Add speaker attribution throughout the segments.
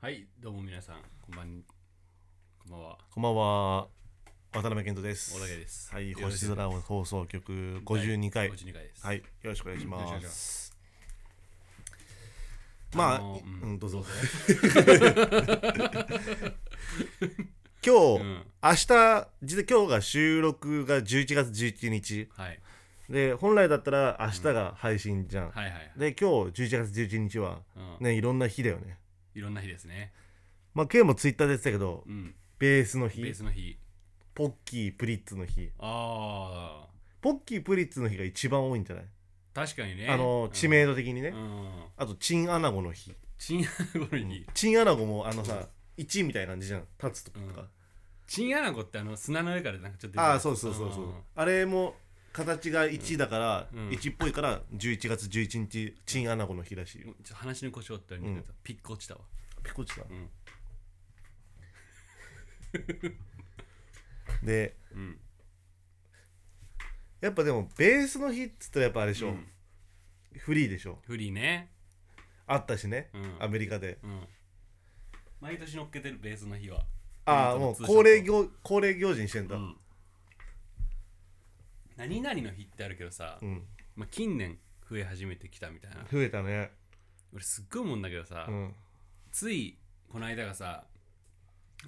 Speaker 1: はい、どうも皆さん、こんばんこんばんは。
Speaker 2: こんばんは。渡辺健人です。
Speaker 1: 小田切です
Speaker 2: はい、
Speaker 1: よろし
Speaker 2: 星
Speaker 1: く
Speaker 2: 空放送局52回。
Speaker 1: 52回です。
Speaker 2: はい、よろしくお願いし
Speaker 1: よろしくお願
Speaker 2: ま。
Speaker 1: いします
Speaker 2: ま
Speaker 1: あ
Speaker 2: あ、
Speaker 1: のうん
Speaker 2: うん、どうぞ。 今日、
Speaker 1: うん
Speaker 2: 明日、実は今日が収録が11月11日。
Speaker 1: はい。
Speaker 2: で、本来だったら明日が配信じゃん。
Speaker 1: はいはいはい。
Speaker 2: で、今日11月11日は、
Speaker 1: うん、
Speaker 2: ね、いろんな日だよね。
Speaker 1: いろんな日ですね。
Speaker 2: まあ、ケイもツイッターで言ってたけど、
Speaker 1: うん。
Speaker 2: ベースの
Speaker 1: ベ
Speaker 2: 日
Speaker 1: ー、スの日。
Speaker 2: ポッキー、プリッツの日。
Speaker 1: ああ、
Speaker 2: ポッキープリッツの日が一番多いんじゃない、
Speaker 1: 確かにね。
Speaker 2: あの知名度的にね、
Speaker 1: うん。うん。
Speaker 2: あとチンアナゴの日
Speaker 1: チンアナゴの日。
Speaker 2: チンアナゴもあのさ1位みたいな感じじゃん立つとか、
Speaker 1: うんチンアナゴってあの砂の上からなんかちょっと出てる
Speaker 2: ああそうそうそうそう、
Speaker 1: ん
Speaker 2: あれも形が1だから、
Speaker 1: うん
Speaker 2: 1っぽいから11月11日チンアナゴの日らしいよ、
Speaker 1: ちょっと話の故障ってあるんだけど、ピッコ落ちたわ。
Speaker 2: ピコチだ、
Speaker 1: ん
Speaker 2: で
Speaker 1: うん。
Speaker 2: やっぱでもベースの日っつったらやっぱあれでしょ、
Speaker 1: うん
Speaker 2: フリーでしょ
Speaker 1: フリーね。
Speaker 2: あったしね、
Speaker 1: うん
Speaker 2: アメリカで
Speaker 1: うん。毎年乗っけてるベースの日は。
Speaker 2: ああ
Speaker 1: うん
Speaker 2: もう
Speaker 1: ツーショット
Speaker 2: 恒例行恒例行事にしてんだ、
Speaker 1: うん。何々の日ってあるけどさ、
Speaker 2: うん
Speaker 1: まあ、近年増え始めてきたみたいな
Speaker 2: 増えたね
Speaker 1: 俺すっごい思うんだけどさ、
Speaker 2: うん
Speaker 1: ついこの間がさ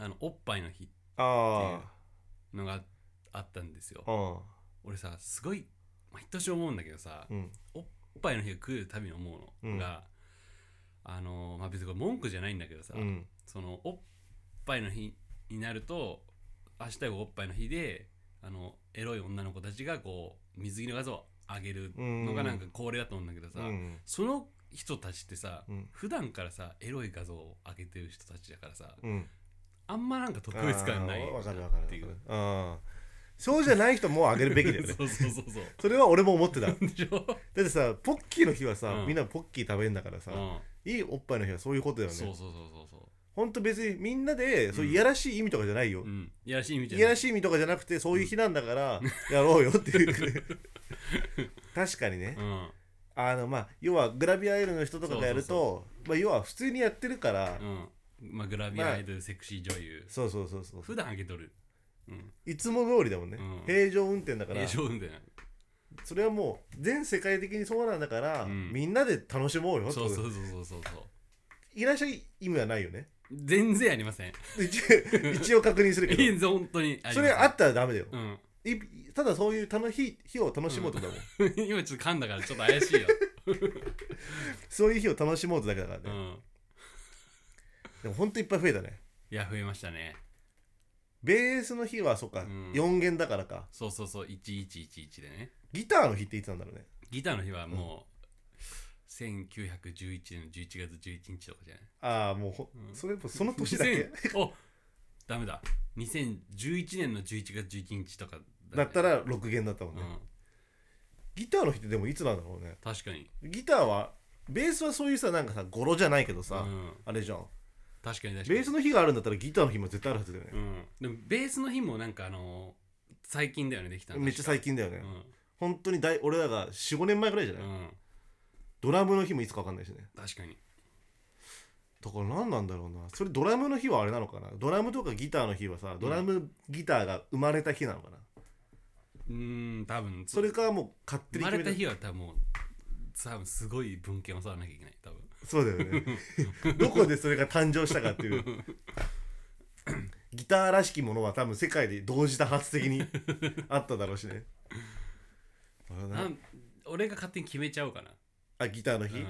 Speaker 1: あのおっぱいの日
Speaker 2: あ
Speaker 1: のがあったんですよ
Speaker 2: あうん
Speaker 1: 俺さすごい毎年思うんだけどさ、
Speaker 2: うん
Speaker 1: おっぱいの日が来るたびに思うのが、あのーまあ別にこれ文句じゃないんだけどさ、
Speaker 2: うん
Speaker 1: そのおっぱいの日になると明日がおっぱいの日であのエロい女の子たちがこう水着の画像を上げるのがなんか恒例だと思うんだけどさ、
Speaker 2: うん
Speaker 1: その人たちってさ、
Speaker 2: うん
Speaker 1: 普段からさエロい画像を上げてる人たちだからさ
Speaker 2: うん
Speaker 1: あんまなんか特別感ない
Speaker 2: あ
Speaker 1: な
Speaker 2: ーわかるわかる
Speaker 1: っていう
Speaker 2: わかるうんそうじゃない人もあげるべきだよね
Speaker 1: そうそうそうそう
Speaker 2: それは俺も思ってただ
Speaker 1: でしょ、
Speaker 2: ってさポッキーの日はさ、
Speaker 1: うん
Speaker 2: みんなポッキー食べんだからさ、
Speaker 1: うん
Speaker 2: いいおっぱいの日はそういうことだよね
Speaker 1: そうそうそうそうそ
Speaker 2: ほんと別にみんなでそう
Speaker 1: う
Speaker 2: い
Speaker 1: ん
Speaker 2: うやらしい意味とかじゃないよ、
Speaker 1: ううんいやらしい意味じゃな
Speaker 2: い
Speaker 1: い
Speaker 2: やらしい意味とかじゃなくてそういう日なんだからやろうよって いう確かにね、
Speaker 1: うん
Speaker 2: あのまあ要はグラビアアイドルの人とかがやると
Speaker 1: そう
Speaker 2: まあ、要は普通にやってるから、
Speaker 1: うんまあグラビアアイドルセクシー女優、
Speaker 2: そうそうそうそう
Speaker 1: 普段上げとるうん
Speaker 2: いつも通りだもんね、
Speaker 1: うん
Speaker 2: 平常運転だから
Speaker 1: 平常運だよね
Speaker 2: それはもう全世界的にそうなんだから、
Speaker 1: うん
Speaker 2: みんなで楽しもうよ
Speaker 1: そうそううそうそうそうそう
Speaker 2: いらっしゃい意味はない よね
Speaker 1: 全然ありま せん
Speaker 2: 一応一応確認するけ
Speaker 1: 全然本当にあり
Speaker 2: ど
Speaker 1: ません
Speaker 2: それあったらダメだよ、
Speaker 1: うん
Speaker 2: いただそういう楽しい日を楽しもうってだもん、
Speaker 1: 今ちょっと噛んだからちょっと怪しいよ、
Speaker 2: そういう日を楽しもうってだけだからね
Speaker 1: う、ん、
Speaker 2: でもほんといっぱい増えたね
Speaker 1: いや増えましたね
Speaker 2: ベースの日はそっか、
Speaker 1: ん
Speaker 2: 4弦だからか
Speaker 1: そうそうそう1111でね
Speaker 2: ギターの日っていつなんだろうね
Speaker 1: ギターの日はもう、1911年の11月11日とかじゃない
Speaker 2: ああもうほ、
Speaker 1: うん
Speaker 2: それもその年だけ
Speaker 1: 2000おダメだ2011年の11月11日とかだ,、
Speaker 2: だった、ら6弦だったもん
Speaker 1: う
Speaker 2: ね、
Speaker 1: ん、
Speaker 2: ギターの日ってでもいつなんだろうね
Speaker 1: 確かに
Speaker 2: ギターはベースはそういうさなんかさ語呂じゃないけどさ、
Speaker 1: うん、
Speaker 2: あれじゃん
Speaker 1: 確かに確かに
Speaker 2: ベースの日があるんだったらギターの日も絶対あるはずだよね、
Speaker 1: うん、でもベースの日もなんかあのー最近だよねできたの
Speaker 2: めっちゃ最近だよね、
Speaker 1: う
Speaker 2: ほん、
Speaker 1: ん、
Speaker 2: 本当に大俺らが45年前ぐらいじゃない、
Speaker 1: うん、
Speaker 2: ドラムの日もいつか分かんないしね
Speaker 1: 確かに
Speaker 2: だから何なんだろうなそれドラムの日はあれなのかなドラムとかギターの日はさドラム、ギターが生まれた日なのかな
Speaker 1: うーん多分
Speaker 2: それかもう勝
Speaker 1: 生
Speaker 2: 手に
Speaker 1: まれ
Speaker 2: 決め
Speaker 1: た
Speaker 2: た
Speaker 1: 日は多分もう多分すごい文献を触らなきゃいけない多分
Speaker 2: そうだよ ねどこでそれが誕生したかっていうギターらしきものは多分世界で同時多発的にあっただろうしねあれな
Speaker 1: なん俺が勝手に決めちゃおうかな、
Speaker 2: あギターの
Speaker 1: う
Speaker 2: 日、
Speaker 1: ん、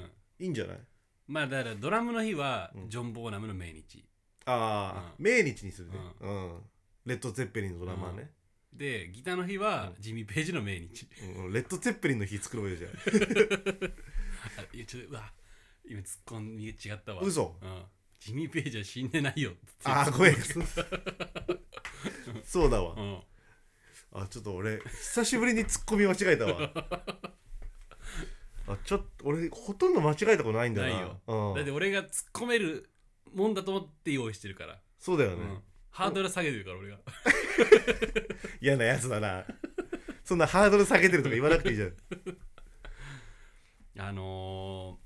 Speaker 2: いいんじゃない
Speaker 1: まあだからドラムの日は
Speaker 2: うん
Speaker 1: ジョン・ボーナムの命日、
Speaker 2: ああ、
Speaker 1: う
Speaker 2: 命日にするね、うんレッド・ゼッペリンのドラマーね、
Speaker 1: でギターの日はジミー・ペイジの命日
Speaker 2: うんレッド・ゼッペリンの日作ろうよじゃあ
Speaker 1: あいやちょっとうわ今突っ込み違ったわ
Speaker 2: 嘘
Speaker 1: うん、ジミー・ペイジは死んでないよって
Speaker 2: ああ ごめんそうだわ
Speaker 1: う、ん、
Speaker 2: あちょっと俺久しぶりにツッコミ間違えた わあちょっと俺ほとんど間違えたことないんだな
Speaker 1: ないよ
Speaker 2: う
Speaker 1: だって
Speaker 2: ん、
Speaker 1: 俺が突っ込めるもんだと思って用意してるから、
Speaker 2: そうだよね、
Speaker 1: うん、ハードル下げてるから俺が
Speaker 2: 嫌なやつだなそんなハードル下げてるとか言わなくていいじゃん
Speaker 1: あの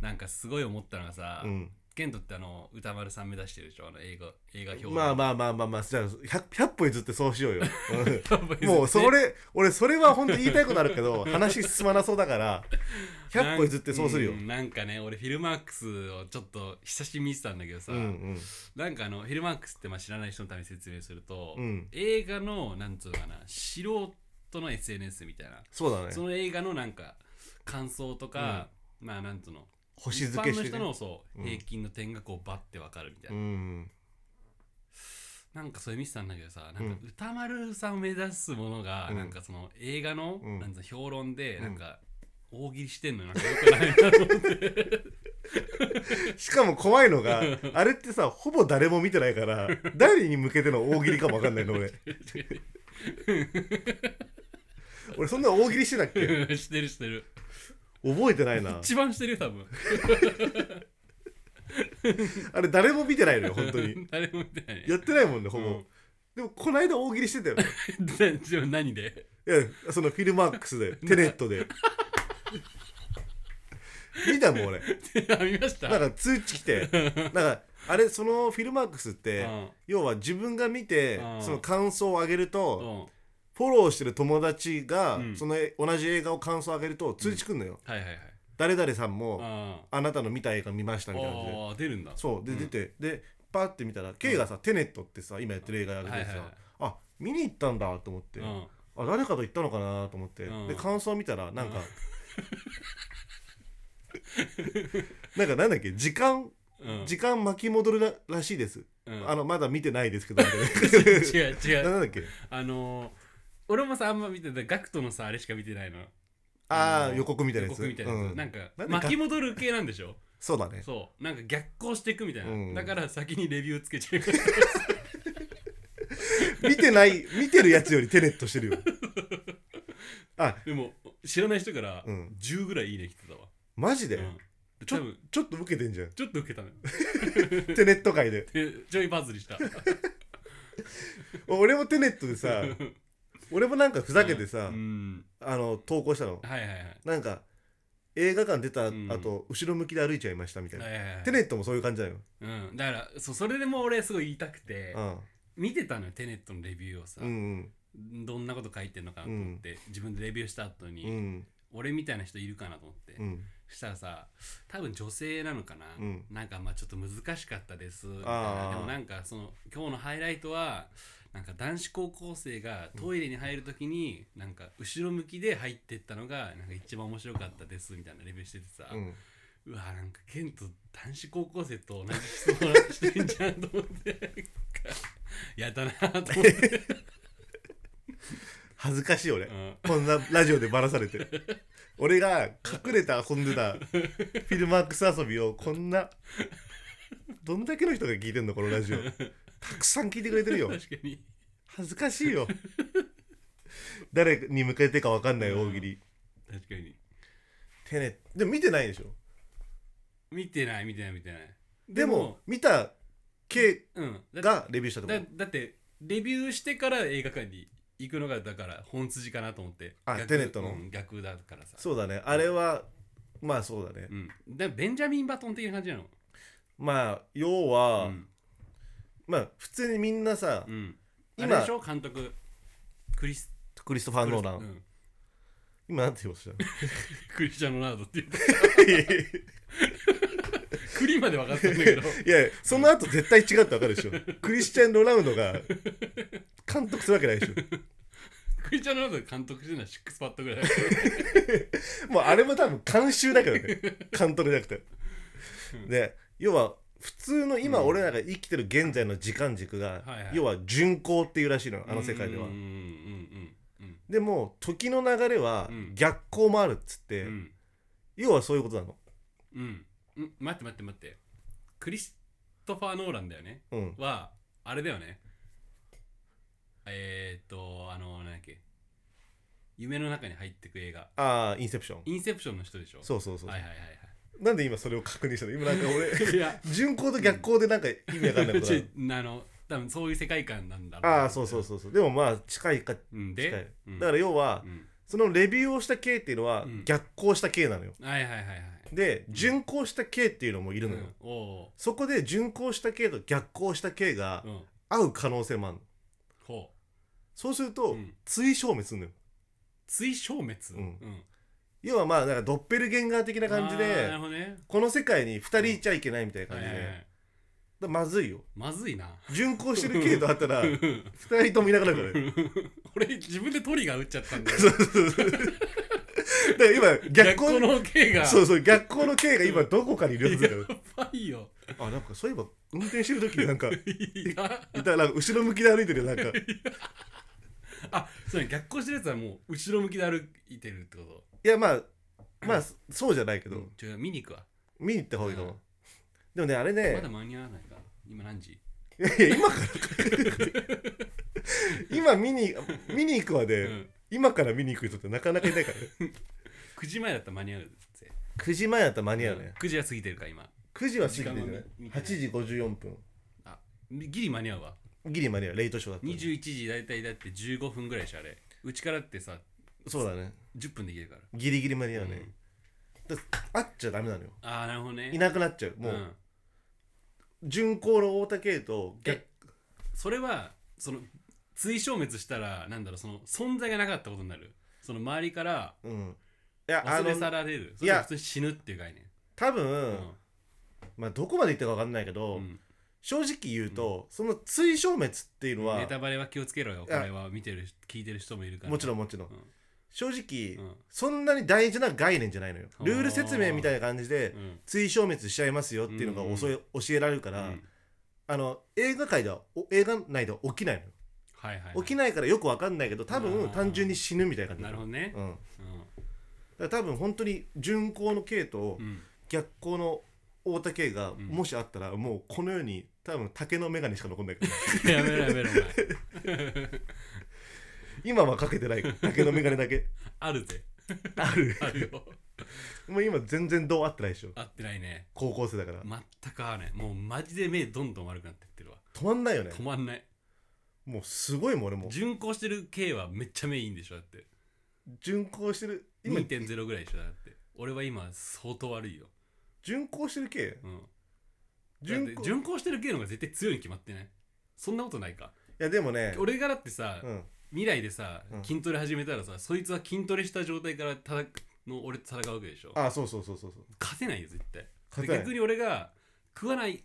Speaker 1: ー、なんかすごい思ったのがさ、
Speaker 2: うん
Speaker 1: ケントってあの歌丸さん目指してるでしょあの映画映画表
Speaker 2: まあまあまあまあまあじゃあ 100, 100歩譲ってそう しようようん
Speaker 1: あ
Speaker 2: もうそれ俺それは本当言いたいことあるけど話進まなそうだから100歩譲ってそうするよ
Speaker 1: なん,、なんかね俺フィルマークスをちょっと久しぶりに見てたんだけどさ、
Speaker 2: うんうん
Speaker 1: なんかあのフィルマークスってまあ知らない人のために説明すると、
Speaker 2: うん
Speaker 1: 映画のなんつうのかな素人の SNS みたいな、
Speaker 2: そうだ
Speaker 1: そ
Speaker 2: ね
Speaker 1: の映画のなんか感想とか、まあなんつうの
Speaker 2: 星付け
Speaker 1: 一般
Speaker 2: し
Speaker 1: の
Speaker 2: て
Speaker 1: 人
Speaker 2: ね
Speaker 1: のそう、
Speaker 2: うん
Speaker 1: 平均の点がこうバッてわかるみたいな
Speaker 2: う、ん
Speaker 1: なんかそれ見てたんだけどさなん
Speaker 2: う
Speaker 1: か
Speaker 2: ん
Speaker 1: 歌丸さんを目指すものが、
Speaker 2: うん
Speaker 1: なんかその映画の、
Speaker 2: うん
Speaker 1: なんつうの評論で
Speaker 2: うん
Speaker 1: なんか大喜利してんのよなんかよくないなと思って
Speaker 2: しかも怖いのがあれってさほぼ誰も見てないから誰に向けての大喜利かもわかんないの 俺俺そんな大喜利してたっ け
Speaker 1: してるしてる
Speaker 2: 覚えてないな
Speaker 1: 一番してるよ多分
Speaker 2: あれ誰も見てないのよ本当に
Speaker 1: 誰も見てないね
Speaker 2: やってないもんねほぼ、
Speaker 1: うん
Speaker 2: でもこの間大喜利してたよね
Speaker 1: じゃあ何で
Speaker 2: いやそのフィルマークスでテネットで見たもん俺
Speaker 1: あ見ました
Speaker 2: なんか通知来てなんかあれそのフィルマークスって、
Speaker 1: うん
Speaker 2: 要は自分が見て、
Speaker 1: うん
Speaker 2: その感想を上げると、
Speaker 1: うん
Speaker 2: フォローしてる友達が、
Speaker 1: うん
Speaker 2: その同じ映画を感想あげると通知くんのよ、
Speaker 1: はいはいはい
Speaker 2: 誰々さんも、
Speaker 1: あ
Speaker 2: あなたの見た映画見ましたみたいな感じで
Speaker 1: あー出るんだ
Speaker 2: そうで、
Speaker 1: うん
Speaker 2: 出てでパッて見たら K がさ、テネットってさ今やってる映画やるてさ、
Speaker 1: はいはいはい
Speaker 2: あ見に行ったんだと思って、
Speaker 1: うん
Speaker 2: あ誰かと行ったのかなと思って、
Speaker 1: うん
Speaker 2: で感想見たらなんか、 なんかなんだっけ時間
Speaker 1: うん
Speaker 2: 時間巻き戻るららしいです、
Speaker 1: うん
Speaker 2: あのまだ見てないですけどみたいな
Speaker 1: 違う違う
Speaker 2: なんだっけ
Speaker 1: あのー俺もさあんま見てたガクトのさあれしか見てないの
Speaker 2: あ
Speaker 1: あ
Speaker 2: あ
Speaker 1: の
Speaker 2: 予告みたいなや
Speaker 1: 僕
Speaker 2: つ
Speaker 1: みたいなや
Speaker 2: う
Speaker 1: つ
Speaker 2: ん
Speaker 1: なんか
Speaker 2: なんでガ
Speaker 1: 巻き戻る系なんでしょ
Speaker 2: そうだね
Speaker 1: そうなんか逆行していくみたいな、
Speaker 2: うん
Speaker 1: だから先にレビューつけちゃう
Speaker 2: 見てない見てるやつよりテネットしてるよあ
Speaker 1: でも知らない人から
Speaker 2: うん
Speaker 1: 10ぐらいいいね来てたわ、
Speaker 2: マジで、
Speaker 1: うんで
Speaker 2: ちょ
Speaker 1: 多分
Speaker 2: ちょっと受けてんじゃん
Speaker 1: ちょっと受けたのよ
Speaker 2: テネット界で
Speaker 1: でちょいバズりした
Speaker 2: 俺もテネットでさ俺もなんかふざけてさ、
Speaker 1: うん、
Speaker 2: あの投稿したの
Speaker 1: はいはいはい
Speaker 2: なんか映画館出た
Speaker 1: うん
Speaker 2: 後、後ろ向きで歩いちゃいましたみたいな、
Speaker 1: はいはいはい
Speaker 2: テネットもそういう感じだよ、
Speaker 1: うん、だからそうそれでも俺すごい言いたくて
Speaker 2: うん、
Speaker 1: 見てたのよテネットのレビューをさ、
Speaker 2: うんうん
Speaker 1: どんなこと書いてんのかなと思って、自分でレビューした後に、
Speaker 2: うん
Speaker 1: 俺みたいな人いるかなと思って、
Speaker 2: うん
Speaker 1: したらさ多分女性なのかな、
Speaker 2: うん
Speaker 1: なんかまあちょっと難しかったですみたい
Speaker 2: あー
Speaker 1: なでもなんかその今日のハイライトはなんか男子高校生がトイレに入るときに、なんか後ろ向きで入ってったのがなんか一番面白かったですみたいなレビューしててさ、
Speaker 2: うん
Speaker 1: うわなんかケント男子高校生と同じ質問してんじゃんと思ってなんかやだなと思って、
Speaker 2: 恥ずかしい俺、
Speaker 1: うん
Speaker 2: こんなラジオでバラされて俺が隠れて遊んでたフィルマークス遊びをこんなどんだけの人が聞いてんのこのラジオたくさん聞いてくれてるよ
Speaker 1: 確かに
Speaker 2: 恥ずかしいよ誰に向けてか分かんない大喜利、
Speaker 1: 確かに
Speaker 2: テネでも見てないでしょ
Speaker 1: 見てない見てない見てない
Speaker 2: でも見た K
Speaker 1: うんだ
Speaker 2: がレビューしたと思
Speaker 1: だ
Speaker 2: う
Speaker 1: だってレビューしてから映画館に行くのがだから本筋かなと思って
Speaker 2: あ
Speaker 1: 逆
Speaker 2: テネットの
Speaker 1: うん逆だからさ
Speaker 2: そうだねあれはまあそうだね、
Speaker 1: うん、でベンジャミン・バトン的な感じなの
Speaker 2: まあ要は、
Speaker 1: うん
Speaker 2: まあ普通にみんなさ、
Speaker 1: うん、
Speaker 2: 今
Speaker 1: あれでしょ監督クリス
Speaker 2: クリストファー・ノーラン、
Speaker 1: うん
Speaker 2: 今なんて言おうとしたの
Speaker 1: クリスチャン・ロナウドっていう クリまで分かったんだけど
Speaker 2: いやその後絶対違うって分かるでしょクリスチャン・ロナウドが監督するわけないでし
Speaker 1: クリスチャン・ロナウドが監督してるのはシックスパッドぐらい
Speaker 2: ょもうあれも多分監修だけどね監督じゃなくてで要は普通の今
Speaker 1: うん
Speaker 2: 俺らが生きてる現在の時間軸が、
Speaker 1: はいはい
Speaker 2: 要は巡航っていうらしいのあの世界では
Speaker 1: うんうんうんうん
Speaker 2: でも時の流れは
Speaker 1: うん
Speaker 2: 逆行もあるっつって、
Speaker 1: うんうん
Speaker 2: 要はそういうことなの
Speaker 1: うんうん待って待って待ってクリストファー・ノーランだよね
Speaker 2: うん
Speaker 1: はあれだよねえー、っとあのなんだっけ夢の中に入ってく映画
Speaker 2: ああインセプション
Speaker 1: インセプションの人でしょ
Speaker 2: そうそうそう、
Speaker 1: はいはいは
Speaker 2: なんで今それを確認したの今なんか
Speaker 1: い
Speaker 2: 俺
Speaker 1: はいいや
Speaker 2: 巡航と逆行でなんか意味わかんないことあ
Speaker 1: ち
Speaker 2: る
Speaker 1: ょ あの多分そういう世界観なんだろ
Speaker 2: ああそうそうそうそうでもまあ近いか
Speaker 1: うん
Speaker 2: 近い
Speaker 1: で、うん
Speaker 2: だから要は、
Speaker 1: うん
Speaker 2: そのレビューをした K っていうのは
Speaker 1: うん
Speaker 2: 逆行した K なのよ、
Speaker 1: はいはいはいはい
Speaker 2: で巡行した系っていうのもいるのよ、
Speaker 1: うんお
Speaker 2: そこで巡行した系と逆行した系が
Speaker 1: ーうん
Speaker 2: 合う可能性もあるの
Speaker 1: ほ
Speaker 2: そうする
Speaker 1: う、
Speaker 2: と
Speaker 1: うん、
Speaker 2: 追消滅するのよ
Speaker 1: 追消滅、
Speaker 2: うん要はまあなんかドッペルゲンガー的な感じ
Speaker 1: あーな
Speaker 2: で
Speaker 1: るほどね
Speaker 2: この世界に2人いちゃいけないみたいな
Speaker 1: はい
Speaker 2: 感じ
Speaker 1: は
Speaker 2: で、
Speaker 1: いは
Speaker 2: だか
Speaker 1: い
Speaker 2: らまずいよ
Speaker 1: まずいな
Speaker 2: 巡行してる系とあっ たら2
Speaker 1: うん
Speaker 2: 人ともいなくなるからね
Speaker 1: 俺自分でトリガー打っちゃったんだよ
Speaker 2: そうそうそう。だから今逆
Speaker 1: 逆
Speaker 2: 光
Speaker 1: 光
Speaker 2: の
Speaker 1: の刑が
Speaker 2: そうそう逆光の K が今どこかにいるはずだよ。
Speaker 1: やばいよ
Speaker 2: あなんかそういえば運転してる時なんかい
Speaker 1: いや
Speaker 2: たなんか後ろ向きで歩いてるよなんかい
Speaker 1: あそうね逆行してるやつはもう後ろ向きで歩いてるってこ
Speaker 2: やまあまあそうじゃないけ
Speaker 1: とう
Speaker 2: ど、
Speaker 1: ん違う見に行くわ
Speaker 2: 見に行った方がいいかも。
Speaker 1: うん
Speaker 2: でもねあれ
Speaker 1: ま
Speaker 2: ね
Speaker 1: だ、間に合わないか今何時
Speaker 2: いやいや今から今見に見に行くまで、
Speaker 1: うん
Speaker 2: 今から見に行く人ってなかなかいないからね。
Speaker 1: 9時前だったら間に合うぜ
Speaker 2: 9時前やったら間に合うね。
Speaker 1: 9時は過ぎてるから今
Speaker 2: 9時は過ぎてるじゃ
Speaker 1: 時
Speaker 2: な
Speaker 1: 間
Speaker 2: い
Speaker 1: は見てない
Speaker 2: ?8 時54分。
Speaker 1: ギリ間に合うわ
Speaker 2: ギリ間に合う。レイトショーだったね。
Speaker 1: 21時大体だって15分ぐらいでしょあれうちからってさ
Speaker 2: そうだね。
Speaker 1: 10分で行けるから
Speaker 2: ギリギリ間に合うね。
Speaker 1: うん
Speaker 2: 会っちゃダメなのよ
Speaker 1: ああなるほどね
Speaker 2: いなくなっちゃうもう、
Speaker 1: ん
Speaker 2: 巡航の太田圭と逆
Speaker 1: えそれはその追消滅したらなんだろうその存在がなかったことになるその周りから
Speaker 2: うんいやあ
Speaker 1: 忘れ去
Speaker 2: の
Speaker 1: られるそ
Speaker 2: い
Speaker 1: れ
Speaker 2: や
Speaker 1: が普通に死ぬっていう概念
Speaker 2: 多分、
Speaker 1: うん
Speaker 2: まあどこまで言ったか分かんないけど、
Speaker 1: うん
Speaker 2: 正直言うと、その追消滅っていうのは
Speaker 1: ネ、タバレは気をつけろよこ
Speaker 2: いや
Speaker 1: れは見てる聞いてる人もいるから
Speaker 2: もちろ
Speaker 1: ん
Speaker 2: んもちろん、
Speaker 1: うん
Speaker 2: 正直、
Speaker 1: うん
Speaker 2: そんなに大事な概念じゃないのよルール説明みたいな感じで、
Speaker 1: うん
Speaker 2: 追消滅しちゃいますよっていうのが教え,、教えられるか
Speaker 1: う
Speaker 2: ら、
Speaker 1: ん
Speaker 2: あの映画界ではお映画内では起きないのよ、
Speaker 1: はいはいはい
Speaker 2: 起きないからよく分かんないけど多
Speaker 1: あ
Speaker 2: 分
Speaker 1: ー
Speaker 2: 単純に死ぬみたいな感じ
Speaker 1: なるほど
Speaker 2: ね
Speaker 1: ね
Speaker 2: うん
Speaker 1: うん
Speaker 2: だから多分本当に巡航の系と
Speaker 1: うん
Speaker 2: 逆光の太田系が
Speaker 1: ん
Speaker 2: もしあったらもうこの世に多分竹の眼鏡しか残んないから
Speaker 1: やめろやめろお前
Speaker 2: 今はかけ てないから竹の眼鏡だけ
Speaker 1: あるぜ
Speaker 2: ある
Speaker 1: あるよ
Speaker 2: もう今全然どう合ってないでしょ
Speaker 1: 合ってないね
Speaker 2: 高校生だから
Speaker 1: 全く合わないもうマジで目どんどん悪くなってってるわ
Speaker 2: 止まんないよね
Speaker 1: 止まんない
Speaker 2: もうすごいもん俺もう
Speaker 1: 巡航してる系はめっちゃ目いいんでしょだって
Speaker 2: 巡航してる今
Speaker 1: 2.0ぐらいでしょだって俺は今相当悪いよ、
Speaker 2: 巡航してる系
Speaker 1: うん、
Speaker 2: 巡
Speaker 1: だって
Speaker 2: 航い
Speaker 1: 巡航してる系の方が絶対強いに決まってないそんなことないか、
Speaker 2: やでもね
Speaker 1: 俺がだってさ、
Speaker 2: うん
Speaker 1: 未来でさ
Speaker 2: うん
Speaker 1: 筋トレ始めたらさ、そいつは筋トレした状態から戦の俺と戦うわけでしょ
Speaker 2: あそうそうそうそうそう
Speaker 1: 勝てないよ絶対
Speaker 2: 勝
Speaker 1: で
Speaker 2: てな
Speaker 1: 逆
Speaker 2: い
Speaker 1: に俺が食わない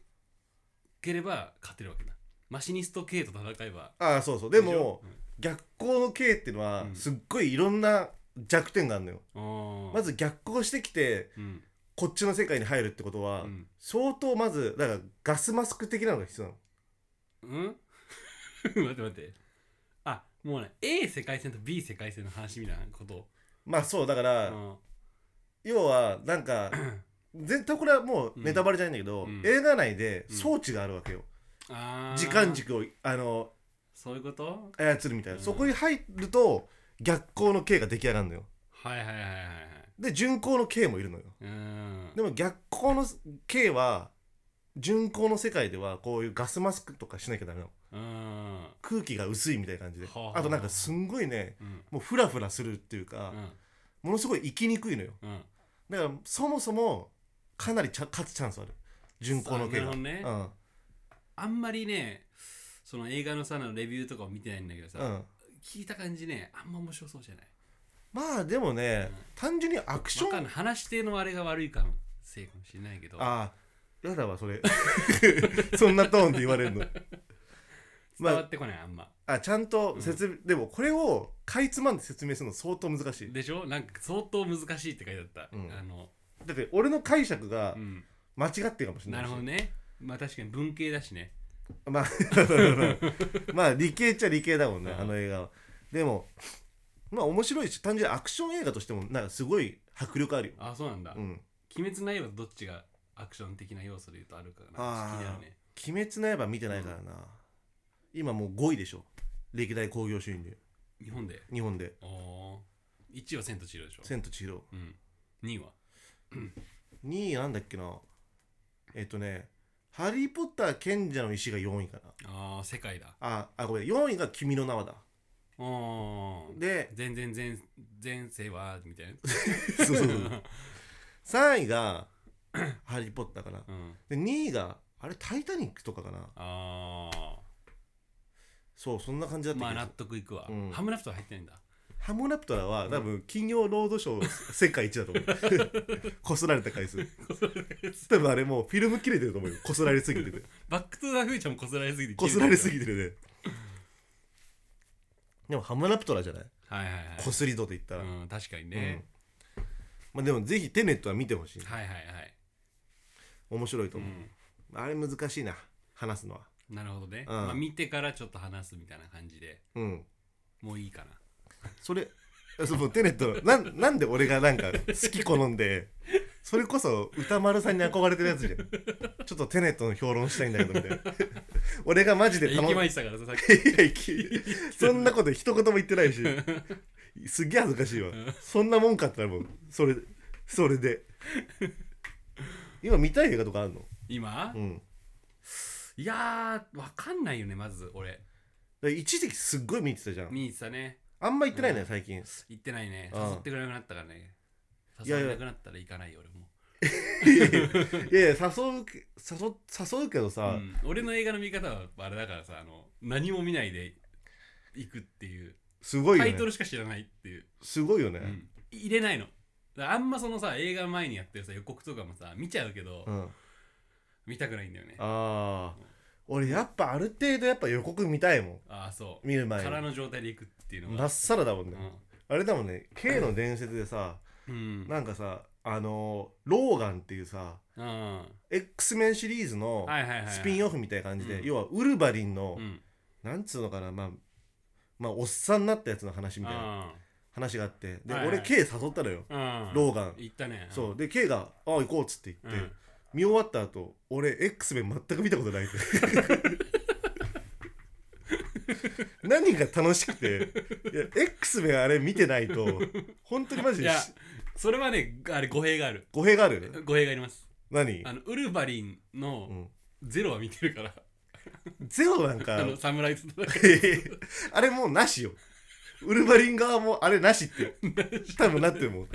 Speaker 1: ければ勝てるわけだマシニスト系と戦えば
Speaker 2: あそうそうで
Speaker 1: し
Speaker 2: も
Speaker 1: ょうん
Speaker 2: 逆光の系っていうのは
Speaker 1: うん
Speaker 2: すっごいいろんな弱点があるのよ
Speaker 1: あー
Speaker 2: まず逆行してきて
Speaker 1: うん
Speaker 2: こっちの世界に入るってこと
Speaker 1: う
Speaker 2: は、
Speaker 1: ん、
Speaker 2: 相当まずだからガスマスク的なのが必要なの
Speaker 1: うん 待って待ってあもうね A 世界線と B 世界線の話みたいなこと
Speaker 2: まあそうだから、
Speaker 1: うん
Speaker 2: 要はなん か全然これはもうネタバレじゃないんだけど、
Speaker 1: うん
Speaker 2: 映画内で
Speaker 1: うん
Speaker 2: 装置があるわけよ、
Speaker 1: あー
Speaker 2: 時間軸をあの
Speaker 1: そういうこと
Speaker 2: 操るみたいな、
Speaker 1: うん
Speaker 2: そこに入ると逆光の形が出来上がるのよ
Speaker 1: はいはいはいはいはい
Speaker 2: で順光の形もいるのよ
Speaker 1: うーん
Speaker 2: でも逆光の形は順光の世界ではこういうガスマスクとかしなきゃダメなの
Speaker 1: うーん
Speaker 2: 空気が薄いみたいな感じで、
Speaker 1: はあはあ
Speaker 2: あとなんかすんごいね
Speaker 1: うん
Speaker 2: もうフラフラするっていうか、
Speaker 1: うん
Speaker 2: ものすごい生きにくいのよ
Speaker 1: うん
Speaker 2: だからそもそもかなりちゃ勝つチャンスある巡航の
Speaker 1: あな
Speaker 2: 系
Speaker 1: るほ
Speaker 2: が、
Speaker 1: どね
Speaker 2: うん
Speaker 1: あんまりねその映画のさレビューとかを見てないんだけどさ、
Speaker 2: うん、
Speaker 1: 聞いた感じねあんま面白そうじゃない
Speaker 2: まあでもね、
Speaker 1: うん
Speaker 2: 単純にアクシ
Speaker 1: わか
Speaker 2: ョ
Speaker 1: ん
Speaker 2: ン
Speaker 1: ない話し手のあれが悪いかのせいかもしれないけど
Speaker 2: ああやだわそれ そんなトーンで言われるの
Speaker 1: 伝わってこないあんま
Speaker 2: あちゃんと説明、でもこれをかいつまんで説明するの相当難しい
Speaker 1: でしょなんか相当難しいって書いてあった、
Speaker 2: うん
Speaker 1: あの、
Speaker 2: だって俺の解釈が
Speaker 1: うん、
Speaker 2: 間違ってるかもしれ
Speaker 1: な
Speaker 2: な
Speaker 1: いる
Speaker 2: し
Speaker 1: ほどねまあ確かに文系だしね
Speaker 2: まあ まあ理系っちゃ理系だもんね、
Speaker 1: うん
Speaker 2: あの映画はでもまあ面白いし単純にアクション映画としてもなんかすごい迫力あるよ、
Speaker 1: あそうなんだ、
Speaker 2: うん、
Speaker 1: 鬼滅の刃とどっちがアクション的な要素で言うとあるかな
Speaker 2: あー
Speaker 1: 気になるね
Speaker 2: 鬼滅の刃見てないからな、今もう5位でしょ歴代興行収入で
Speaker 1: 日本で
Speaker 2: 日本で
Speaker 1: おお1位は千と千尋でしょ
Speaker 2: 「千と千尋
Speaker 1: うん2位は」
Speaker 2: 2位なんだっけなえっとね「ハリー・ポッター賢者の石」が4位かな
Speaker 1: ああ世界だ
Speaker 2: ああごめん4位が「君の名は」だ
Speaker 1: おお
Speaker 2: で
Speaker 1: 全然前前世はみたいな
Speaker 2: そうそうそう3位が「ハリー・ポッター」かな
Speaker 1: うん
Speaker 2: で2位があれ「タイタニック」とかかな
Speaker 1: あ
Speaker 2: そうそんな感じだ
Speaker 1: あ
Speaker 2: った
Speaker 1: まあ
Speaker 2: 気が
Speaker 1: 納
Speaker 2: する
Speaker 1: 得いくわ、
Speaker 2: うん
Speaker 1: ハムラプトは入ってないんだ
Speaker 2: ハムラプトラは多分金曜ロードショー世界一だと 思うこすられた回数多分あれもうフィルム切れてると思うよこすられすぎてて
Speaker 1: バック・トゥ・ザ・フューチャーもこすられすぎて
Speaker 2: こすられす
Speaker 1: ぎ
Speaker 2: ぎてるねでもハムラプトラじゃない
Speaker 1: はいはいはい
Speaker 2: こすり度で言ったら、
Speaker 1: うん、確かにね、
Speaker 2: まあ、でもぜひテネットは見てほしい
Speaker 1: はいはいはい、
Speaker 2: 面白いと
Speaker 1: う
Speaker 2: 思う、
Speaker 1: ん、
Speaker 2: あれ難しいな話すのは
Speaker 1: なるほどね、
Speaker 2: うん
Speaker 1: まあ、見てからちょっと話すみたいな感じで
Speaker 2: うん
Speaker 1: もういいかな
Speaker 2: それそのテネットのなんなんで俺がなんか好き好んでそれこそ歌丸さんに憧れてるやつじゃんちょっとテネットの評論したいんだけどみたいな俺がマジで
Speaker 1: 行き
Speaker 2: いや
Speaker 1: ましたからささっき
Speaker 2: いきそんなこと一言も言ってないしすげえ恥ずかしいわそんなもんかってなるもんそれそれで今見たい映画とかあるの
Speaker 1: 今、
Speaker 2: うん
Speaker 1: いやーわかんないよねまず俺
Speaker 2: だから一時期すっごい見てたじゃん
Speaker 1: 見に行ってたね
Speaker 2: あんま行ってないね最近
Speaker 1: 行ってないね
Speaker 2: うん
Speaker 1: 誘ってくれなくなったからね
Speaker 2: い
Speaker 1: 誘
Speaker 2: やい
Speaker 1: わ
Speaker 2: や
Speaker 1: れなくなったら行かないよ俺も
Speaker 2: いやいやいやいや誘うけ誘誘うけどさ、
Speaker 1: うん俺の映画の見方はあれだからさあの何も見ないで行くっていう
Speaker 2: すごいよ
Speaker 1: タイ
Speaker 2: ね
Speaker 1: トルしか知らないっていう、
Speaker 2: すごいよね、
Speaker 1: うん入れないのだからあんまそのさ映画前にやってるさ予告とかもさ見ちゃうけど、
Speaker 2: うんあ
Speaker 1: 見たくないんだよねあ
Speaker 2: あー俺やっぱある程度やっぱ予告見たいもん
Speaker 1: あーそう
Speaker 2: 見る前
Speaker 1: 空
Speaker 2: に
Speaker 1: の状態で行くっていうの
Speaker 2: ま
Speaker 1: が
Speaker 2: っさらだもんね、
Speaker 1: う
Speaker 2: あれだもんね K の伝説でさ、
Speaker 1: ん、
Speaker 2: なんかさあのーローガンっていうさ
Speaker 1: うん、は
Speaker 2: X メンシリーズの
Speaker 1: いはいはいはい
Speaker 2: スピンオフみたいな感じで、
Speaker 1: うん
Speaker 2: 要はウルヴァリンの、
Speaker 1: うん
Speaker 2: なんつうのかなまあまあおっさんになったやつの話みたいな
Speaker 1: あ
Speaker 2: 話があってで、
Speaker 1: はいはい
Speaker 2: 俺 K 誘ったのよ、
Speaker 1: ーうん
Speaker 2: ローガン
Speaker 1: 行ったね
Speaker 2: そうで K が「ああ行こう」っつって
Speaker 1: う
Speaker 2: 言
Speaker 1: ん、
Speaker 2: って、見終わった後俺 X メン全く見たことな いって何が楽しくていや X メンあれ見てないと本当にマジ
Speaker 1: い
Speaker 2: で
Speaker 1: やそれはねあれ語弊がある
Speaker 2: 語弊がある
Speaker 1: 語弊があります
Speaker 2: 何、
Speaker 1: あのウルヴァリン
Speaker 2: う
Speaker 1: の
Speaker 2: ん、
Speaker 1: ゼロは見てるから、
Speaker 2: ゼロなんか
Speaker 1: あの侍と戦
Speaker 2: あれもうなしよウルヴァリン側もあれな しって多分なってるもん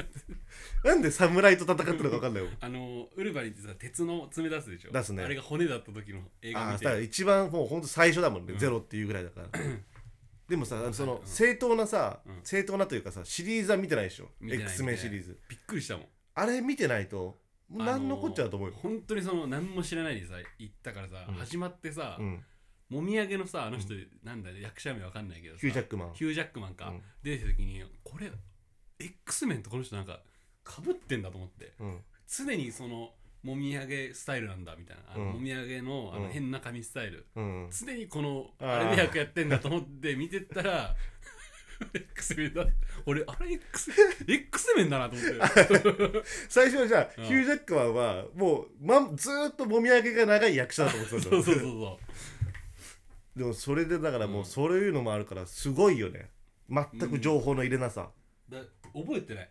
Speaker 2: なんで侍と戦ってるのか分かんないよ
Speaker 1: あのウルヴァリンってさ鉄の爪出すでしょ
Speaker 2: 出すね
Speaker 1: あれが骨だった時の映画
Speaker 2: あ
Speaker 1: 見
Speaker 2: あ
Speaker 1: て
Speaker 2: だから
Speaker 1: る
Speaker 2: 一番もうほんと最初だもんね、
Speaker 1: うん
Speaker 2: ゼロっていうぐらいだからでもさその
Speaker 1: うん
Speaker 2: 正当なさ、
Speaker 1: うん
Speaker 2: 正当なというかさシリーズは見てないでしょ
Speaker 1: 見てない
Speaker 2: X メンシリーズ
Speaker 1: びっくりしたもん
Speaker 2: あれ見てないともう何のこっちゃだと思うよ、
Speaker 1: 本当にその何も知らないでさ行ったからさ、
Speaker 2: うん
Speaker 1: 始まってさ、
Speaker 2: うん、
Speaker 1: もみあげのさあの人、なんだ役者名わかんないけどさ
Speaker 2: ヒュージャックマン
Speaker 1: ヒュージャックマンか、
Speaker 2: うん
Speaker 1: 出てきた時にこれ X メンとこの人なんかかぶってんだと思って
Speaker 2: うん
Speaker 1: 常にそのもみあげスタイルなんだみたいなあの
Speaker 2: うん
Speaker 1: もみあげのあ
Speaker 2: う
Speaker 1: の
Speaker 2: ん
Speaker 1: 変な髪スタイル、
Speaker 2: うん
Speaker 1: 常にこの
Speaker 2: あー
Speaker 1: あれで役やってんだと思って見てったら X メンだ俺あれ X, X メンだなと思 って
Speaker 2: 最初はじゃあ、
Speaker 1: うん
Speaker 2: ヒュージャックマンはもう、ま、ずーっともみあげが長い役者だと思ってたんだ
Speaker 1: そ
Speaker 2: よ
Speaker 1: うそうそうそ
Speaker 2: でもそれでだからもううんそういうのもあるからすごいよね全く情報の入れなさ、
Speaker 1: うだ覚えてない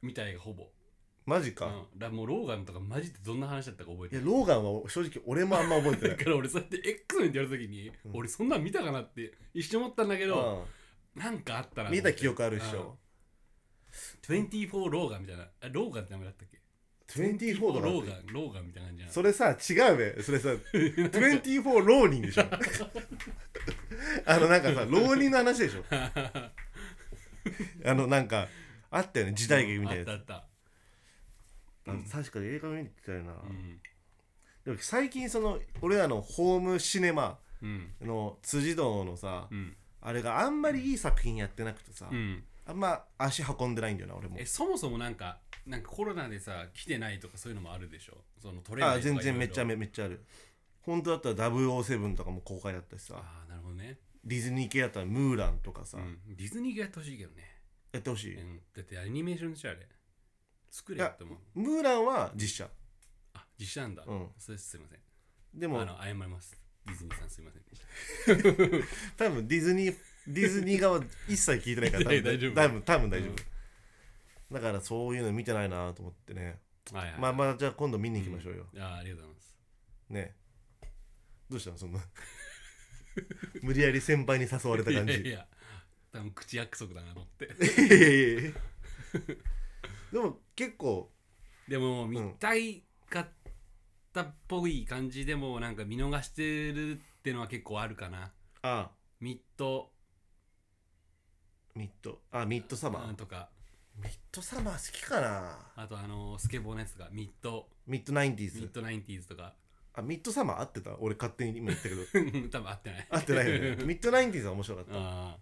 Speaker 1: みたいがほぼ、
Speaker 2: マジ
Speaker 1: う
Speaker 2: か、
Speaker 1: ん、だからもうローガンとかマジでどんな話だったか覚えてない
Speaker 2: いやローガンは正直俺もあんま覚えてな
Speaker 1: だ
Speaker 2: い
Speaker 1: から俺そうやって X メンってやるときに、
Speaker 2: うん
Speaker 1: 俺そんなん見たかなって一瞬思ったんだけど、なんかあった
Speaker 2: う
Speaker 1: なん
Speaker 2: 見た記憶あるっし
Speaker 1: うん
Speaker 2: ょ、
Speaker 1: 24ローガンみたいなあローガンって名前だったっけ
Speaker 2: 24
Speaker 1: ロ
Speaker 2: だなって
Speaker 1: ーガンローガンみたいな感じなの
Speaker 2: それさ違うねそれ さ24浪人でしょ あのなんかさ浪人の話で しょあのなんかあったよね時代劇みたいな
Speaker 1: あ
Speaker 2: や
Speaker 1: っ
Speaker 2: つ
Speaker 1: たあっ
Speaker 2: あの確かに映画見てたよな、
Speaker 1: たうん、
Speaker 2: でも最近その俺らのホームシネマ
Speaker 1: うん
Speaker 2: の辻堂のさ、
Speaker 1: うん
Speaker 2: あれがあんまりいい作品やってなくてさ、
Speaker 1: うん、
Speaker 2: あんま足運んでないんだよな俺も
Speaker 1: えそもそもなんかなんかコロナでさ来てないとかそういうのもあるでしょそのトレー
Speaker 2: あ
Speaker 1: ナ
Speaker 2: あ
Speaker 1: ーとか
Speaker 2: 全然めっちゃ
Speaker 1: いろいろ
Speaker 2: めめっちゃある本当だったら007とかも公開だったしさ
Speaker 1: ああなるほどね、
Speaker 2: ディズニー系だったらムーランとかさ、
Speaker 1: うん、ディズニーがやってほしいけどね、
Speaker 2: やってほし
Speaker 1: う
Speaker 2: い、
Speaker 1: ん、だってアニメーションでしょあれ作れ
Speaker 2: い
Speaker 1: よ
Speaker 2: や
Speaker 1: って思う
Speaker 2: ムーランは実写
Speaker 1: あ実写なんだ、
Speaker 2: うん
Speaker 1: それすいません
Speaker 2: でも
Speaker 1: あの謝りますディズニーさんすいませんでした
Speaker 2: 多分ディズニーディズニー側一切聞いてないから 多分
Speaker 1: 大丈夫
Speaker 2: 多分多分大丈夫
Speaker 1: うん、
Speaker 2: だからそういうの見てないなと思ってね
Speaker 1: はいはい
Speaker 2: まあまあじゃあ今度見に行きましょうよ、
Speaker 1: あーありがとうございます
Speaker 2: ねどうしたのそんな 無理やり先輩に誘われた感じ
Speaker 1: いやいや多分 口約束だなと思って
Speaker 2: いやいやいやでも結構
Speaker 1: でも見たいかったっぽい感じでもなんか見逃してるってのは結構あるかな
Speaker 2: あ
Speaker 1: ミッド
Speaker 2: ミッドあミッドサマ
Speaker 1: うん
Speaker 2: ー
Speaker 1: とか
Speaker 2: ミッドサマー好きかな
Speaker 1: あとあのスケボーのやつがミッド
Speaker 2: ミッドナインティー
Speaker 1: ミッ
Speaker 2: ズ
Speaker 1: ドナインティーズとか
Speaker 2: あミッドサマー合ってた俺勝手に今言ったけど
Speaker 1: 多分合ってない
Speaker 2: 合ってない よねミッドナインティーズは面白かった
Speaker 1: あ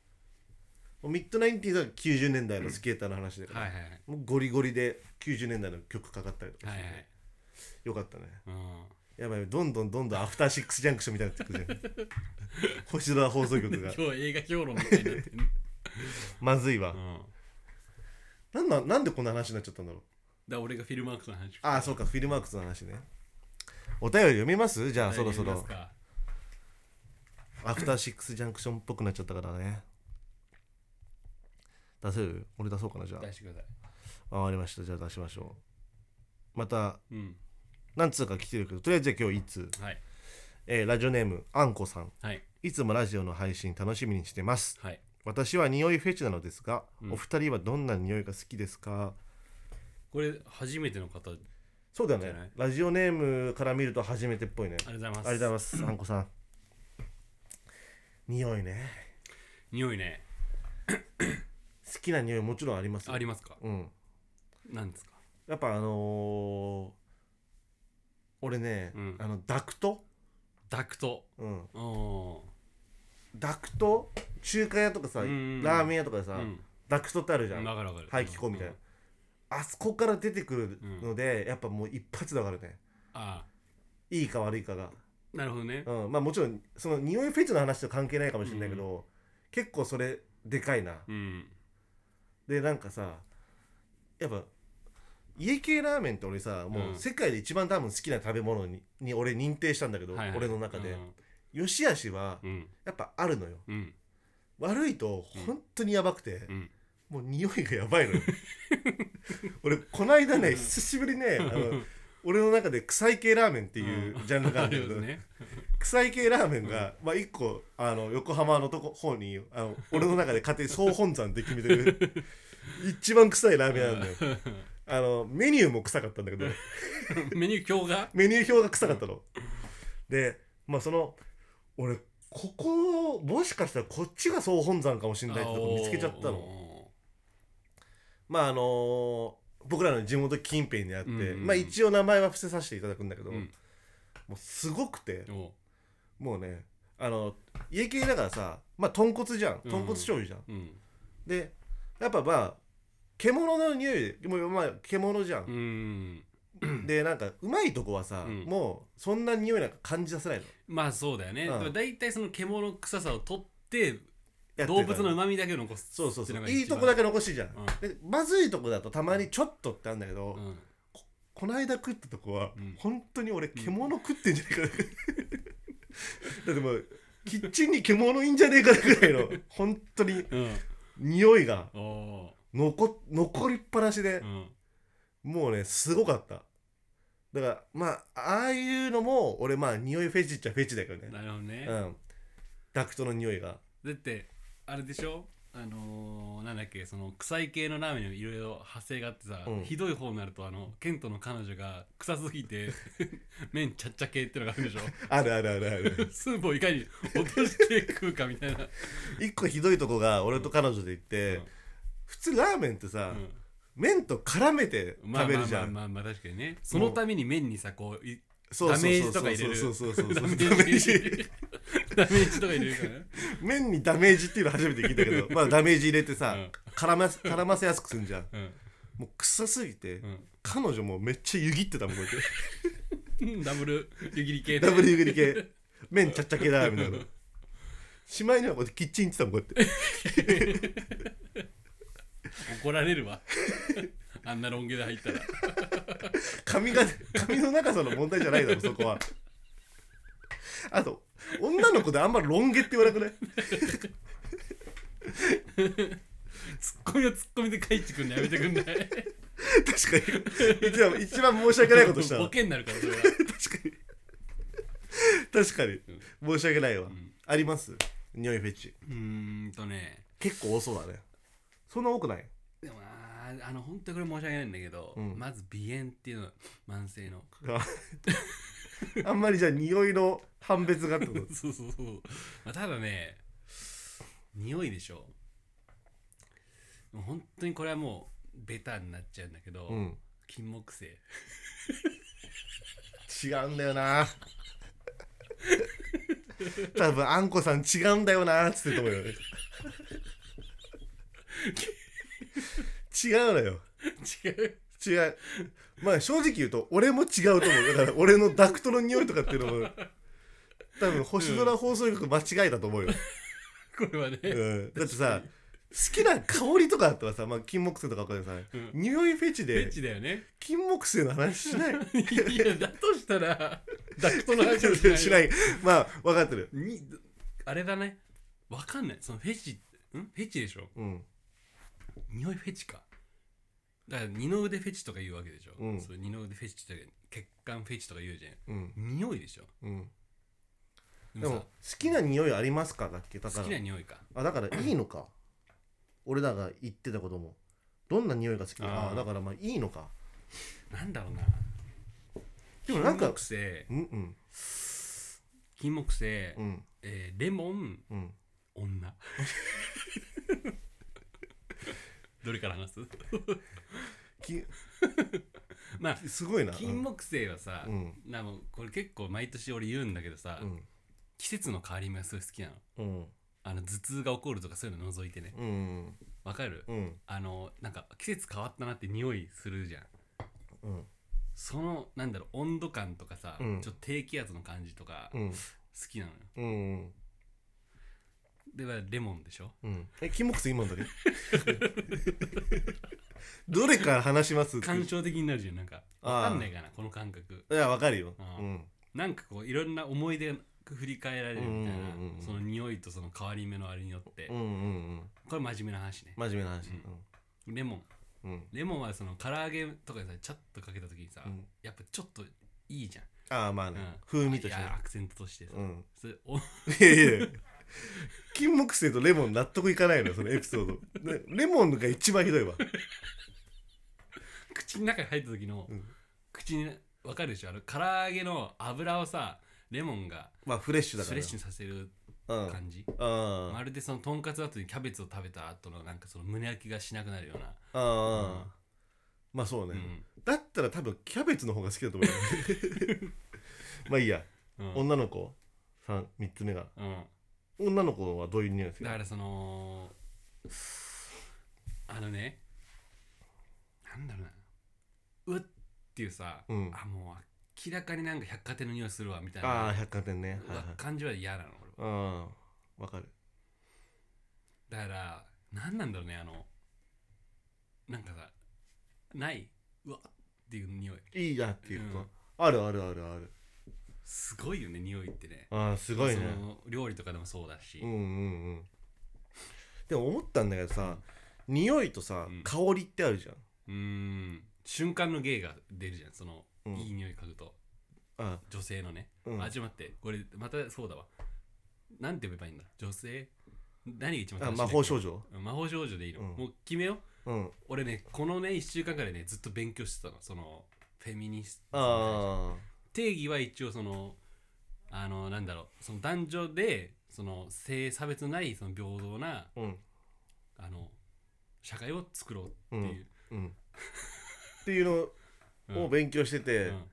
Speaker 2: ミッドナインティーズは90年代のスケーターの話だ
Speaker 1: ー
Speaker 2: か
Speaker 1: は
Speaker 2: ら、
Speaker 1: いはいはい
Speaker 2: もうゴリゴリで90年代の曲かかったりとか
Speaker 1: は
Speaker 2: し
Speaker 1: い
Speaker 2: て、
Speaker 1: はい
Speaker 2: よかったね
Speaker 1: うん
Speaker 2: やばいどんどんどんどんアフターシックスジャンクションみたいになって くるじゃん星空放送局 が
Speaker 1: 今日映画評論みたいになって る、
Speaker 2: まずいわ、
Speaker 1: うん、だか
Speaker 2: なんなんなんでこんな話になっちゃったんだろう
Speaker 1: ら俺がフィルマークスの話
Speaker 2: ああそうかフィルマークスの話ねお便り読みますじゃあそろそ
Speaker 1: やり
Speaker 2: ろ
Speaker 1: ますか
Speaker 2: アフターシックスジャンクションっぽくなっちゃったからね出せる俺出そうかなじゃあ
Speaker 1: 出してください
Speaker 2: あわかりましたじゃあ出しましょうまた
Speaker 1: うん
Speaker 2: 何通か来てるけどとりあえずじゃあ今日1通、
Speaker 1: はい
Speaker 2: えーラジオネームあんこさん
Speaker 1: はい
Speaker 2: いつもラジオの配信楽しみにしてます
Speaker 1: はい
Speaker 2: 私は匂いフェチなのですが、
Speaker 1: うん
Speaker 2: お二人はどんな匂いが好きですか
Speaker 1: これ初めての方あり
Speaker 2: そうだよ
Speaker 1: じゃ
Speaker 2: ね
Speaker 1: ない
Speaker 2: ラジオネームから見ると初めてっぽいね
Speaker 1: がとうございます
Speaker 2: ありがとうございますあんこさん匂いね
Speaker 1: 匂いね
Speaker 2: 好きな匂いもちろんありますよ
Speaker 1: ありますか
Speaker 2: うん
Speaker 1: なんですか
Speaker 2: やっぱあのー俺ね、
Speaker 1: うん
Speaker 2: あのダクト、
Speaker 1: ダクト
Speaker 2: うん、
Speaker 1: お
Speaker 2: ダクト中華屋とかさ、
Speaker 1: うんうんうん
Speaker 2: ラーメン屋とかでさ、
Speaker 1: ーうん
Speaker 2: ダクトってあるじゃ
Speaker 1: 分
Speaker 2: ん、
Speaker 1: かる分かる
Speaker 2: 排気口みたいな、あそこから出てくるので、やっぱもう一発だからね
Speaker 1: あ
Speaker 2: いいか悪いかが、
Speaker 1: あなるほどね
Speaker 2: うん、まあもちろんその匂いフェチの話とは関係ないかもしれないけど、結構それでかいな、
Speaker 1: うん
Speaker 2: でなんかさやっぱ家系ラーメンって俺さもううん世界で一番多分好きな食べ物にに俺認定したんだけど、
Speaker 1: はいはい
Speaker 2: 俺の中で、よしあしは
Speaker 1: うん
Speaker 2: やっぱあるのよ
Speaker 1: うん
Speaker 2: 悪いと本当にやばくて、
Speaker 1: うん
Speaker 2: もう匂いがやば いのよ俺こないだね
Speaker 1: うん
Speaker 2: 久しぶり ねあの俺の中で臭い系ラーメンっていうジャンルがあ
Speaker 1: あ
Speaker 2: る
Speaker 1: る
Speaker 2: んだけ
Speaker 1: よ
Speaker 2: ど、
Speaker 1: ね
Speaker 2: 臭い系ラーメンが、まあ、1個あの横浜のとこ方にあの俺の中で家庭総本山って決めてる 一番臭いラーメンなんだよあのメニューも臭かったんだけど
Speaker 1: メニュー表が
Speaker 2: メニュー表が臭かったのでまあその俺ここもしかしたらこっちが総本山かもしれないってとこ見つけちゃったの
Speaker 1: の
Speaker 2: まああの僕らの地元近辺にあって、
Speaker 1: うんうん
Speaker 2: まあ一応名前は伏せさせていただくんだけど、
Speaker 1: うん
Speaker 2: もうすごくて、
Speaker 1: お
Speaker 2: もうねあの家系だからさまあ豚骨じゃん
Speaker 1: うん
Speaker 2: 豚骨醤油じゃん、
Speaker 1: ううん
Speaker 2: でやっぱまあ獣の匂いでもうまあ獣じゃ、
Speaker 1: うんん
Speaker 2: でなんかうまいとこはさ、
Speaker 1: うん
Speaker 2: もうそんな匂いなんか感じさせないの
Speaker 1: まあそうだよね
Speaker 2: うん
Speaker 1: だいたいその獣臭さを取って
Speaker 2: やってる
Speaker 1: 動
Speaker 2: から
Speaker 1: 物の旨味だけを残す
Speaker 2: そうそうそ
Speaker 1: っての
Speaker 2: う
Speaker 1: が
Speaker 2: いい
Speaker 1: 一
Speaker 2: と
Speaker 1: 番
Speaker 2: こだけ残していいじゃん、
Speaker 1: うん
Speaker 2: でまずいとこだとたまにちょっとってあるんだけど、
Speaker 1: うん
Speaker 2: こないだ食ったとこは、
Speaker 1: うん
Speaker 2: 本当に俺獣食ってんじゃねえかな、 だってもうキッチンに獣いんじゃねえかなぐらいの本当に
Speaker 1: うん
Speaker 2: 匂いが
Speaker 1: おー
Speaker 2: 残残りっぱなしで
Speaker 1: う、ん
Speaker 2: もうねすごかっただからまあああいうのも俺まあ匂いフェチっちゃフェチだけどね
Speaker 1: なるほどね
Speaker 2: うんダクトの匂いが
Speaker 1: だってあれでしょあのー、なんだっけその臭い系のラーメンにもいろいろ派生があってさ、
Speaker 2: うん
Speaker 1: ひどい方になるとあのケントの彼女が臭すぎて 麺ちゃっちゃ系ってのがあるでしょ
Speaker 2: あるあるあるあ る
Speaker 1: スープをいかに落として食うかみたいな、
Speaker 2: 一個ひどいとこが俺と彼女で行って、
Speaker 1: うん
Speaker 2: 普通ラーメンってさ、麺と絡めて
Speaker 1: うんまあ
Speaker 2: 食べ
Speaker 1: ま
Speaker 2: る
Speaker 1: あ
Speaker 2: じゃん、
Speaker 1: まあまあ、まあ、確かにねそのために麺にさこうい
Speaker 2: そうそうそう
Speaker 1: ダメージとか入れる
Speaker 2: そうそうそうそ
Speaker 1: ダメ
Speaker 2: う
Speaker 1: ージダメージとか入れるからね
Speaker 2: 麺にダメージっていうの初めて聞いたけ どまあダメージ入れてさ、
Speaker 1: うん
Speaker 2: 絡ませ絡ませやすくすんじゃん
Speaker 1: うん
Speaker 2: もう臭すぎて、彼女もめっちゃ湯切ってたもんこうやって
Speaker 1: うんダブル湯切り系ね
Speaker 2: ダブル湯切り系麺ちゃっちゃ系だみたいなしまいにはこうやってキッチン行ってたもんこうやって
Speaker 1: 怒られるわ あんなロン毛で入ったら
Speaker 2: 髪が髪の長さの問題じゃないだろそこはあと女の子であんまロン毛って言わなくない
Speaker 1: ツッコミはツッコミで帰ってくんのやめてくんない
Speaker 2: 確かに一番一番申し訳ないことしたわ
Speaker 1: ボケになるからそれは
Speaker 2: 確かに確かに申し訳ないわ、
Speaker 1: ん
Speaker 2: あります匂いフェチ
Speaker 1: うーんとね
Speaker 2: 結構多そうだねそんな多くない
Speaker 1: でもなあの本当にこれ申し訳ないんだけど、
Speaker 2: うん
Speaker 1: まず鼻炎っていうの慢性の
Speaker 2: あんまりじゃあ匂いの判別がってこ と
Speaker 1: そうそうそう、まあ、ただね匂いでしょもう本当にこれはもうベタになっちゃうんだけど、
Speaker 2: うん
Speaker 1: 金木犀
Speaker 2: 違うんだよ な多分あんこさん違うんだよなっつってと思うよね違うのよ
Speaker 1: 違う
Speaker 2: 違うまあ正直言うと俺も違うと思うだから俺のダクトの匂いとかっていうのも多分星空放送局間違いだと思うよ、
Speaker 1: これはね、
Speaker 2: うん、だってさ好きな香りとかあったらさ、まあ、金木犀とかわかるけどさ、
Speaker 1: ん
Speaker 2: 匂いフェチ
Speaker 1: ベ
Speaker 2: で
Speaker 1: ッチだよね
Speaker 2: 金木犀の話しない
Speaker 1: いやだとしたらダクトの話をしない
Speaker 2: しないまあ分かってる
Speaker 1: にあれだねわかんないそのフェチんフェチでしょ
Speaker 2: うん
Speaker 1: 匂いフェチかだから二の腕フェチとか言うわけでしょ、
Speaker 2: うん
Speaker 1: それ二の腕フェチって血管フェチとか言うじゃ
Speaker 2: うん
Speaker 1: ん匂いでしょ
Speaker 2: うん
Speaker 1: で
Speaker 2: でも
Speaker 1: も
Speaker 2: 好きな匂いありますかだっけだ
Speaker 1: さ
Speaker 2: か
Speaker 1: 好きな
Speaker 2: ら
Speaker 1: 匂いか
Speaker 2: あだからいいのか俺らが言ってたこともどんな匂いが好きかあ
Speaker 1: あー
Speaker 2: あだからまあいいのか
Speaker 1: なんだろうな
Speaker 2: でもなん
Speaker 1: 金
Speaker 2: か
Speaker 1: 木犀
Speaker 2: うんうん
Speaker 1: 金木犀、
Speaker 2: うん
Speaker 1: えーレモン
Speaker 2: うん
Speaker 1: 女どれから話す
Speaker 2: き
Speaker 1: まあ
Speaker 2: すごいな
Speaker 1: 金木犀はさ、
Speaker 2: うん
Speaker 1: なもうこれ結構毎年俺言うんだけどさ、
Speaker 2: うん
Speaker 1: 季節の変わり目がすごい好きなの
Speaker 2: うん
Speaker 1: あの頭痛が起こるとかそういうの除いてね
Speaker 2: うん
Speaker 1: わかる、
Speaker 2: うん
Speaker 1: あのなんか季節変わったなって匂いするじゃん
Speaker 2: うん
Speaker 1: そのなんだろう温度感とかさ、
Speaker 2: うん
Speaker 1: ちょっと低気圧の感じとか
Speaker 2: う
Speaker 1: 好
Speaker 2: ん
Speaker 1: きなのよ、
Speaker 2: うん
Speaker 1: でまあレモンでしょ
Speaker 2: うんえ金木犀今のだね どれから話しますって
Speaker 1: 感傷的になるじゃんなんか
Speaker 2: あー
Speaker 1: わかんないかなこの感覚
Speaker 2: いやわかるよ
Speaker 1: あー
Speaker 2: うん
Speaker 1: なんかこういろんな思い出が振り返られるみたいな、
Speaker 2: うんうんうん
Speaker 1: その匂いとその変わり目のあれによって、
Speaker 2: うんうんうん
Speaker 1: これ真面目な話ね
Speaker 2: 真面目な話
Speaker 1: レモン
Speaker 2: うんうん
Speaker 1: レモンはその唐揚げとかでさちょっとかけた時にさ、
Speaker 2: うん
Speaker 1: やっぱちょっといいじゃん、
Speaker 2: ああまあね
Speaker 1: うん
Speaker 2: 風味として
Speaker 1: い
Speaker 2: ね
Speaker 1: やアクセントとしてさ、
Speaker 2: うん
Speaker 1: それお
Speaker 2: いやいや金木犀とレモン納得いかないのよそのエピソードねレモンが一番ひどいわ
Speaker 1: 口の中に入った時の、
Speaker 2: うん
Speaker 1: 口にわかるでしょあの唐揚げの油をさレモンが
Speaker 2: まあフレッシュだ
Speaker 1: フ
Speaker 2: から
Speaker 1: レッシュにさせる
Speaker 2: うん
Speaker 1: 感じ、
Speaker 2: うん
Speaker 1: まるでそのとんかつ後にキャベツを食べた後のなんかその胸焼きがしなくなるような、
Speaker 2: うん
Speaker 1: うん
Speaker 2: まあそうね、
Speaker 1: うん
Speaker 2: だったら多分キャベツの方が好きだと思うよ まあいいや、
Speaker 1: うん
Speaker 2: 女の子 3, 三つ目が
Speaker 1: うん
Speaker 2: 女の子はどういう匂いです
Speaker 1: だ
Speaker 2: か
Speaker 1: からそのあのねなんだろうなうっていうさ、
Speaker 2: うん
Speaker 1: あもう明らかになんか百貨店の匂いするわみたい
Speaker 2: ああ
Speaker 1: な
Speaker 2: 百貨店ねはいは
Speaker 1: 感じは嫌なの俺はい
Speaker 2: うんわかる
Speaker 1: だから何なんだろうねあのなんかさないうわっていう匂い
Speaker 2: いいやっていうこと、
Speaker 1: うん
Speaker 2: あるあるあるある
Speaker 1: すごいよね匂いってね
Speaker 2: ああすごいね
Speaker 1: その料理とかでもそうだし、
Speaker 2: うんうんうんでも思ったんだけどさ、匂いとさ、
Speaker 1: うん
Speaker 2: 香りってあるじゃん
Speaker 1: うーん瞬間の芸が出るじゃんその、
Speaker 2: うん
Speaker 1: いい匂い嗅ぐと
Speaker 2: あ
Speaker 1: 女性のね、
Speaker 2: うん
Speaker 1: あちょっと待ってこれまたそうだわなんて呼べばいいんだ女性何が一番
Speaker 2: あ
Speaker 1: 楽しいんだ
Speaker 2: 魔
Speaker 1: っけ
Speaker 2: 法少女
Speaker 1: うん魔法少女でいいの、
Speaker 2: うん
Speaker 1: もう決めよう
Speaker 2: うん
Speaker 1: 俺ねこのね1週間からいねずっと勉強してたのそのフェミニスト
Speaker 2: あ
Speaker 1: 定義は一応そのあのなんだろうその男女でその性差別のないその平等な
Speaker 2: あうん
Speaker 1: あの社会を作ろうっていう、
Speaker 2: うんっていう
Speaker 1: う
Speaker 2: のを
Speaker 1: ん
Speaker 2: 勉強してて、
Speaker 1: うん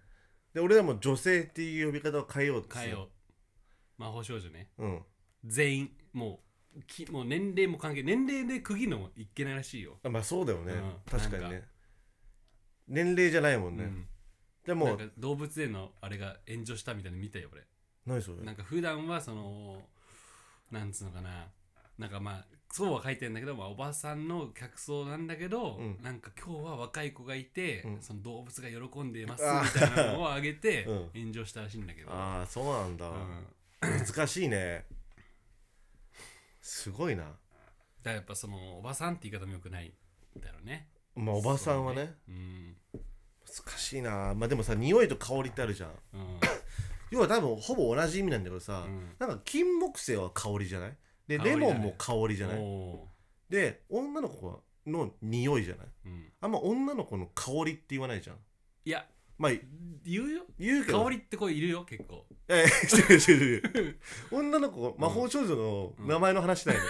Speaker 2: で俺らも女性っていう呼び方を変えようって
Speaker 1: 変えよう魔法少女ね
Speaker 2: ううん
Speaker 1: 全員もうきもう年齢も関係年齢で区切るのもいけないらしいよ、
Speaker 2: あまあそうだよね、
Speaker 1: うん
Speaker 2: 確かに
Speaker 1: なん
Speaker 2: ね年齢じゃないもんね、
Speaker 1: うん
Speaker 2: で
Speaker 1: な
Speaker 2: も
Speaker 1: んか動物園のあれが炎上したみたいなの見たよ俺
Speaker 2: 何それ
Speaker 1: なんか普段はそのなんつうのかななんかまあそうは書いてんだけど、まあ、おばさんの客層なんだけど、
Speaker 2: うん
Speaker 1: なんか今日は若い子がいて、
Speaker 2: うん
Speaker 1: その動物が喜んでます
Speaker 2: あ
Speaker 1: み
Speaker 2: ー
Speaker 1: たいなのをあげて
Speaker 2: うん
Speaker 1: 炎上したらしいんだけど、
Speaker 2: ああそうなんだ、
Speaker 1: うん
Speaker 2: 難しいねすごいな
Speaker 1: だからやっぱそのおばさんって言い方もよくないだろうね
Speaker 2: まあおばさんは
Speaker 1: そう
Speaker 2: ね
Speaker 1: うん、
Speaker 2: 難しいなまあでもさ匂いと香りってあるじゃん
Speaker 1: うん、
Speaker 2: 要は多分ほぼ同じ意味なんだけどさ、
Speaker 1: うん
Speaker 2: なんか金木犀は香りじゃないで
Speaker 1: 香り
Speaker 2: レ
Speaker 1: だね
Speaker 2: モンも香りじゃない、
Speaker 1: お
Speaker 2: で女の子はの匂いじゃない
Speaker 1: うん、
Speaker 2: あんま女の子の香りって言わないじゃん
Speaker 1: いや
Speaker 2: まあ
Speaker 1: 言うよ
Speaker 2: 言うけど
Speaker 1: 香りって声いるよ結構
Speaker 2: え違う違う違う 女の子魔法少女の名前の話だよね、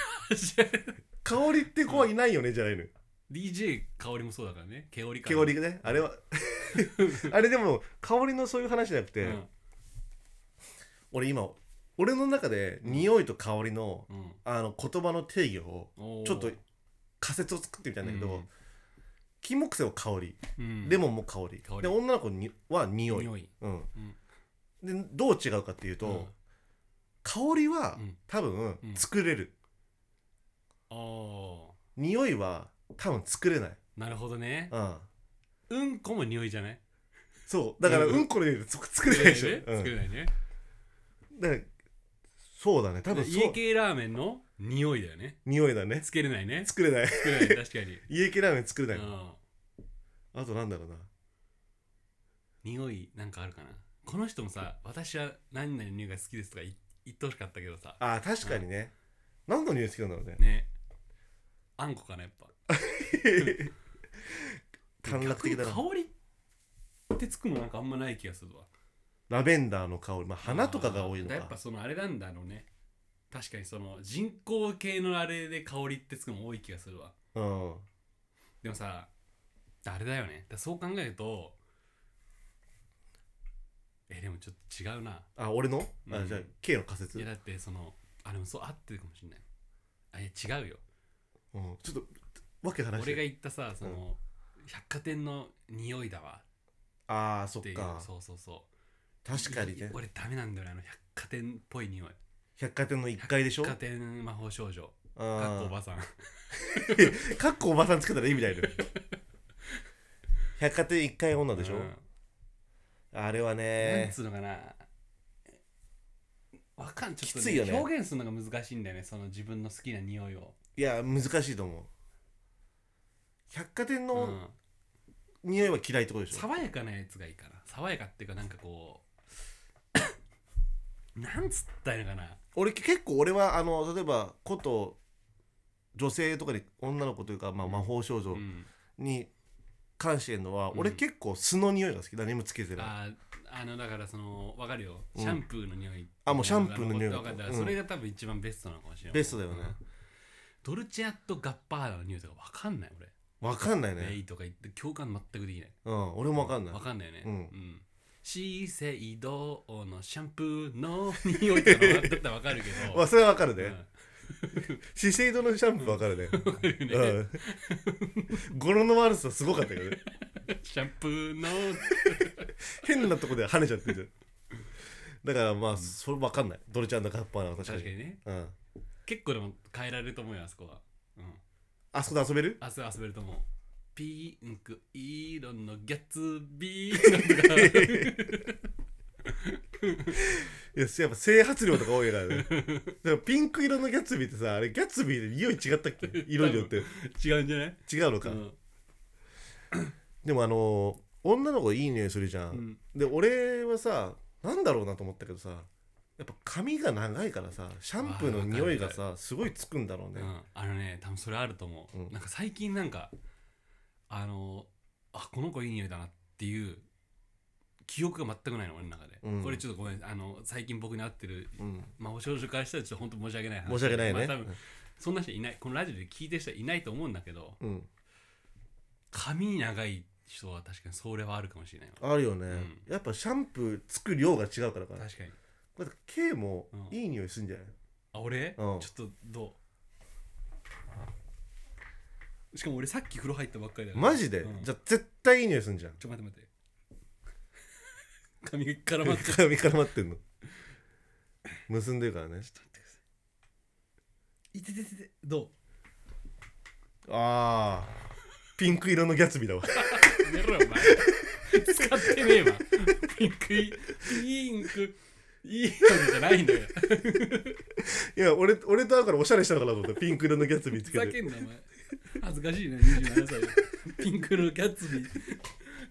Speaker 2: 香りって子はいないよねじゃないの
Speaker 1: DJ 香りもそうだからね毛織か
Speaker 2: 香りがねあれ はあれでも香りのそういう話じゃなく
Speaker 1: う
Speaker 2: て、
Speaker 1: ん
Speaker 2: 俺今俺の中で匂いと香りの
Speaker 1: うん
Speaker 2: あの言葉の定義を
Speaker 1: おー
Speaker 2: ちょっと仮説を作ってみたんだけど、
Speaker 1: うん
Speaker 2: キンモクセイは香り、
Speaker 1: うん
Speaker 2: レモンも香り
Speaker 1: 香り
Speaker 2: で女の子には匂い
Speaker 1: 匂い
Speaker 2: うん
Speaker 1: うん
Speaker 2: でどう違うかっていうと、
Speaker 1: うん
Speaker 2: 香りは
Speaker 1: うん
Speaker 2: 多分
Speaker 1: うん
Speaker 2: 作れる、
Speaker 1: あー
Speaker 2: 匂いは多分作れない、
Speaker 1: なるほどね
Speaker 2: うん、
Speaker 1: うんこも匂いじゃない
Speaker 2: そうだから
Speaker 1: うん
Speaker 2: うんこの匂いでつ作れない でしょ、
Speaker 1: ね
Speaker 2: うん
Speaker 1: 作れないね
Speaker 2: だからそうだね多分そ
Speaker 1: 家
Speaker 2: う
Speaker 1: 系ラーメンの匂いだよね
Speaker 2: 匂いだね
Speaker 1: つけれないね
Speaker 2: 作れない
Speaker 1: 作れない確かに
Speaker 2: 家系ラーメン作れない、
Speaker 1: うん
Speaker 2: あとなんだろうな
Speaker 1: 匂いなんかあるかなこの人もさ私は何々の匂いが好きですとかい言ってほしかったけどさ
Speaker 2: あー確かにね、何の匂い好きなんだろうね
Speaker 1: ねあんこかなやっぱ
Speaker 2: 短絡的だ
Speaker 1: 逆
Speaker 2: な
Speaker 1: に香りってつくのなんかあんまない気がするわ
Speaker 2: ラベンダーの香り、まあ、花とかが多い
Speaker 1: あ
Speaker 2: の
Speaker 1: ーやっぱ
Speaker 2: か
Speaker 1: そのあれなんだろうね確かにその人工系のあれで香りってつくの多い気がするわ
Speaker 2: うん
Speaker 1: でもさあれだよねだそう考えるとえでもちょっと違うな
Speaker 2: あ俺の、
Speaker 1: う
Speaker 2: あ
Speaker 1: ん
Speaker 2: じゃあ K の仮
Speaker 1: い
Speaker 2: 説、
Speaker 1: やだってそのあでもそう合ってるかもしれないあいや違うよ
Speaker 2: うん、ちょっとわけ話し
Speaker 1: 俺が
Speaker 2: て
Speaker 1: 言ったさその、百貨店の匂いだわ
Speaker 2: ああそっ
Speaker 1: っていう
Speaker 2: か
Speaker 1: そうそうそう
Speaker 2: 確かにね
Speaker 1: 俺ダメなんだよねあの百貨店っぽい匂い
Speaker 2: 百貨店の1階でしょ
Speaker 1: 百貨店魔法少女かっこお
Speaker 2: あ
Speaker 1: ばさん
Speaker 2: ーかっこおばさんつけたら意味ない の百貨店1階女でしょ、
Speaker 1: うん
Speaker 2: あれは
Speaker 1: なん
Speaker 2: ね
Speaker 1: つうのかなわかんちょっと、
Speaker 2: きついよね
Speaker 1: 表現するのが難しいんだよねその自分の好きな匂いを、
Speaker 2: いや難しいと思う百貨店
Speaker 1: う
Speaker 2: の
Speaker 1: ん、
Speaker 2: 匂いは嫌いってことでしょ、
Speaker 1: 爽やかなやつがいいかな爽やかっていうかなんかこう なんつったらいいのかな
Speaker 2: 俺結構俺はあの例えばこと女性とかに女の子というか、まあ、魔法少
Speaker 1: う
Speaker 2: 女
Speaker 1: ん、
Speaker 2: に関してのは、
Speaker 1: うん
Speaker 2: 俺結構素の匂いが好き何もつけてない
Speaker 1: あーあのだからそのわかるよ
Speaker 2: うん
Speaker 1: シャンプーの匂い、
Speaker 2: あもうシャンプーの匂い
Speaker 1: わかるだからそれが多分一番ベストなのかもしれない、
Speaker 2: ベストだよね
Speaker 1: うんドルチェアットガッパーナの匂いとかわかんない俺
Speaker 2: わかんない
Speaker 1: レ
Speaker 2: ね、
Speaker 1: イとか言って共感全くできない
Speaker 2: うん、俺もわかんない
Speaker 1: わかんないよね
Speaker 2: うん
Speaker 1: 資生堂のシャンプーの匂いとかだったらわかるけど
Speaker 2: まあそれはわかる
Speaker 1: う
Speaker 2: ね、
Speaker 1: ん
Speaker 2: 資生堂のシャンプーわかるね、うん、語呂の悪さすごかったけどね
Speaker 1: シャンプーの
Speaker 2: 変なとこで跳ねちゃってるだからまあそれわかんないドルチェガッパーナは確かに
Speaker 1: 確かにね
Speaker 2: うん、
Speaker 1: 結構でも変えられると思うよあそこは、うん、
Speaker 2: あそこで遊べる
Speaker 1: 明日遊べると思うピンク色のギャッツビーなん とか
Speaker 2: いややっぱ整髪量とか 多いからねでもピンク色のギャツビーってさあれギャツビーで匂い違ったっけ色によって
Speaker 1: 違うんじゃない
Speaker 2: 違うのか、
Speaker 1: うん
Speaker 2: でもあの女の子いい匂いするじゃ
Speaker 1: う
Speaker 2: ん、
Speaker 1: ん
Speaker 2: で俺はさなんだろうなと思ったけどさやっぱ髪が長いからさシャンプーの匂いがさすごいつくんだろう
Speaker 1: う
Speaker 2: ね、
Speaker 1: んあのね多分それあると思う、
Speaker 2: うん
Speaker 1: なんか最近なんかあのあこの子いい匂いだなっていう記憶が全くないの俺の中で、
Speaker 2: うん
Speaker 1: これちょっとごめんあの最近僕に合ってる
Speaker 2: うん、
Speaker 1: 魔法少女からしたらちょっと本当申し訳ない話
Speaker 2: 申し訳ない
Speaker 1: まあ
Speaker 2: ね、
Speaker 1: 多分そんな人いないこのラジオで聞いてる人はいないと思うんだけど
Speaker 2: うん、
Speaker 1: 髪長い人は確かにそれはあるかもしれないわ
Speaker 2: あるよね、
Speaker 1: ん
Speaker 2: やっぱシャンプーつく量が違うからか
Speaker 1: 確かに
Speaker 2: だって K も
Speaker 1: うん
Speaker 2: いい匂いするんじゃない、
Speaker 1: あ俺、
Speaker 2: うん
Speaker 1: ちょっとどうしかも俺さっき風呂入ったばっかりだから
Speaker 2: マジで、
Speaker 1: うん
Speaker 2: じゃあ絶対いい匂いするんじゃん
Speaker 1: ちょ待って待って髪が絡まってる
Speaker 2: 髪絡まってんの結んでるからね
Speaker 1: いててててど
Speaker 2: ああピンク色のギャツビーだわ
Speaker 1: うやめろよお前使ってねえわピンクいピンクいいのじゃないんだよ
Speaker 2: いや俺俺と会うからおしゃれしたのかなと思ったピンク色のギャツビーつ
Speaker 1: ふ
Speaker 2: け
Speaker 1: ざ
Speaker 2: て
Speaker 1: けんなお前恥ずかしいね27歳でピンクのキャッツビー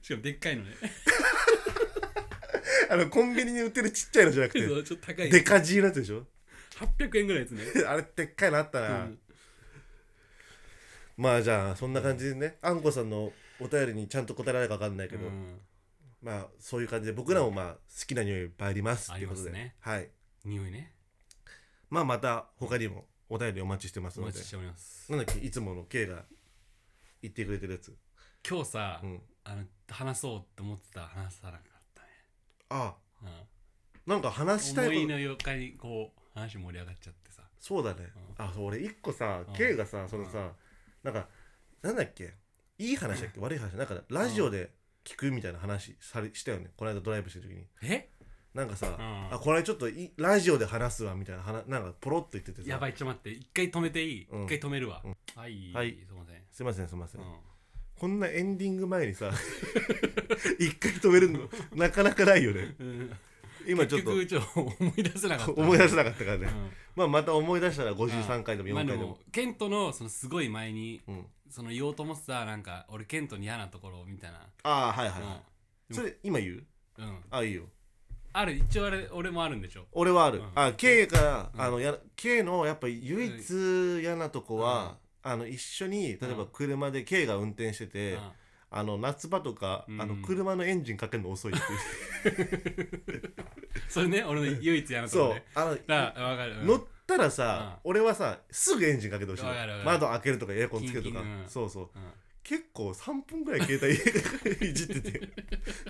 Speaker 1: しかもでっかいのね
Speaker 2: あのコンビニに売ってるちっちゃいのじゃなく
Speaker 1: そ
Speaker 2: て
Speaker 1: うちょっと高い
Speaker 2: デカジーのやつでしょ
Speaker 1: 800円ぐらいですね
Speaker 2: あれでっかいのあった
Speaker 1: う
Speaker 2: な、
Speaker 1: ん
Speaker 2: まあじゃあそんな感じでねあんこさんのお便りにちゃんと答えられるか分かんないけど、
Speaker 1: うん
Speaker 2: まあそういう感じで僕らもまあ好きな匂いいっぱいあります
Speaker 1: あ
Speaker 2: って
Speaker 1: り
Speaker 2: いう
Speaker 1: ま
Speaker 2: こと
Speaker 1: す
Speaker 2: で、
Speaker 1: ね
Speaker 2: はい
Speaker 1: 匂いね
Speaker 2: まあまた他にもお便りお待ちしてます
Speaker 1: お
Speaker 2: ので
Speaker 1: 待ちしております
Speaker 2: なんだっけいつもの K が言ってくれてるやつ、
Speaker 1: 今日さ、
Speaker 2: うん、
Speaker 1: あの話そうって思ってた話さなかったね
Speaker 2: あ
Speaker 1: うん
Speaker 2: なんか話したい
Speaker 1: 思
Speaker 2: こ
Speaker 1: い
Speaker 2: と
Speaker 1: の余計にこう話盛り上がっちゃってさ
Speaker 2: そうだね、あそう俺一個さ
Speaker 1: うん
Speaker 2: K がさそのさ、なんかなんだっけいい話 だっけ悪い話なんかラジオで聞くみたいな話されしたよねこの間ドライブしてる時に
Speaker 1: え
Speaker 2: なんかさ、
Speaker 1: ん
Speaker 2: あこれちょっといラジオで話すわみたいな話なんかポロッと言っててさ
Speaker 1: やばいちょっと待って一回止めていい一、
Speaker 2: うん
Speaker 1: 回止めるわ、
Speaker 2: うん
Speaker 1: はい、
Speaker 2: はい
Speaker 1: すいません、
Speaker 2: すいませんすいません、
Speaker 1: うん
Speaker 2: こんなエンディング前にさ 一回止めるのなかなかないよね
Speaker 1: うん
Speaker 2: 今ちょっと
Speaker 1: 結局ちょっと思い出せなかった
Speaker 2: 思い出せ
Speaker 1: せ
Speaker 2: なかったからね、まあまた思い出したら53回でも
Speaker 1: まあ
Speaker 2: 4
Speaker 1: で
Speaker 2: 回でも
Speaker 1: も、ケントのそのすごい前に
Speaker 2: うん、
Speaker 1: その言おうと思ってたなんか俺ケントに嫌なところみたいな、
Speaker 2: ああはいはい、はい
Speaker 1: うん
Speaker 2: それ今言う
Speaker 1: うんうん、
Speaker 2: あいいよ
Speaker 1: ある一応あれ俺もあるんでしょ
Speaker 2: 俺はある、
Speaker 1: うん
Speaker 2: あ K が、あのや K のやっぱ唯一嫌なとこは、あの一緒に例えば車で K が運転してて、
Speaker 1: うん
Speaker 2: あの夏場とか、
Speaker 1: うん
Speaker 2: あの車のエンジンかけるの遅いっていう
Speaker 1: それね俺の唯一嫌なと こ
Speaker 2: そ
Speaker 1: ろ
Speaker 2: う
Speaker 1: ね
Speaker 2: あの
Speaker 1: だから分かる、うん
Speaker 2: 乗ったらさ、俺はさすぐエンジンかけてほしいの
Speaker 1: わかるわかる
Speaker 2: 窓開けるとかエアコンつけるとか
Speaker 1: キンキンうん
Speaker 2: そうそう
Speaker 1: うん
Speaker 2: 結構3分ぐらい携帯 いじってて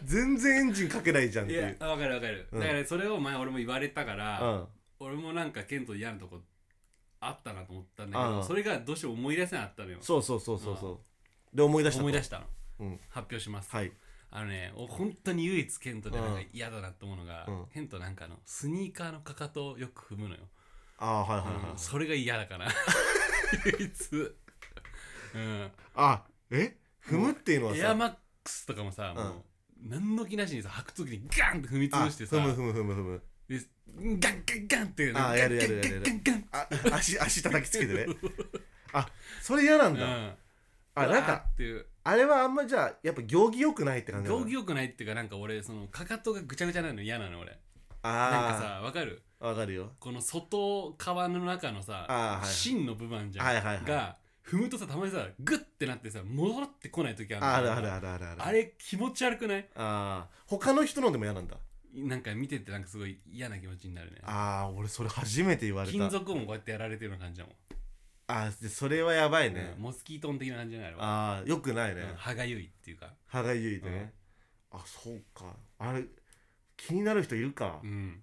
Speaker 2: 全然エンジンかけないじゃんって
Speaker 1: い
Speaker 2: い
Speaker 1: や
Speaker 2: う
Speaker 1: 分かる分かる、
Speaker 2: うん
Speaker 1: だからそれを前俺も言われたか
Speaker 2: う
Speaker 1: ら、
Speaker 2: ん
Speaker 1: 俺もなんかケント嫌なとこあったなと思ったんだけ
Speaker 2: ああ
Speaker 1: どそれがどうしても思い出せなかったのよ
Speaker 2: そうそうそうそうそうで思い出したと
Speaker 1: 思い出したの
Speaker 2: うん
Speaker 1: 発表します、
Speaker 2: はい
Speaker 1: あのねお本当に唯一ケントでなんか
Speaker 2: うん
Speaker 1: 嫌だなと思うのが、
Speaker 2: うん
Speaker 1: ケントなんかあのスニーカーのかかとをよく踏むのよ、
Speaker 2: ああはいはいはい、
Speaker 1: うんそれが嫌だから 唯一、うん、
Speaker 2: あえ踏むっていうのは
Speaker 1: エア
Speaker 2: さ
Speaker 1: マックスとかもさ、
Speaker 2: うん
Speaker 1: もう何の気なしにさ履く時にガンって踏み
Speaker 2: あ
Speaker 1: 潰してさ
Speaker 2: 踏む踏む踏む踏む
Speaker 1: でガンガンガンって
Speaker 2: あやるやるやるやる
Speaker 1: ガンガン
Speaker 2: あ足足叩きつけてねあそれ嫌なん
Speaker 1: ガンガ
Speaker 2: だ、
Speaker 1: ン、うん、
Speaker 2: あなん
Speaker 1: うわ
Speaker 2: か
Speaker 1: ーっていう
Speaker 2: あれはあんまじゃあやっぱ行儀よくないって感じなの
Speaker 1: 行儀よくないっていうかなんか俺そのかかとがぐちゃぐちゃなの嫌なの俺なんか
Speaker 2: あ
Speaker 1: さわかる
Speaker 2: あわかるよ
Speaker 1: この外側の中のさ、
Speaker 2: あーはい
Speaker 1: 芯の部分じゃん、
Speaker 2: はいはいはい
Speaker 1: が踏むとさたまにさグッてなってさ戻ってこない時あるの
Speaker 2: あるあるあるあるある
Speaker 1: あれ気持ち悪くない
Speaker 2: あー他の人のでも嫌なんだ
Speaker 1: なんか見ててなんかすごい嫌な気持ちになるね
Speaker 2: ああ俺それ初めて言われた
Speaker 1: 金属音こうやってやられてるような感じだもん、
Speaker 2: あーでそれはやばいね、
Speaker 1: うんモスキートン的な感じじゃないの
Speaker 2: ああよくないね、
Speaker 1: うん歯がゆいっていうか
Speaker 2: 歯がゆいでね、あそうかあれ気になる人いるか、
Speaker 1: うん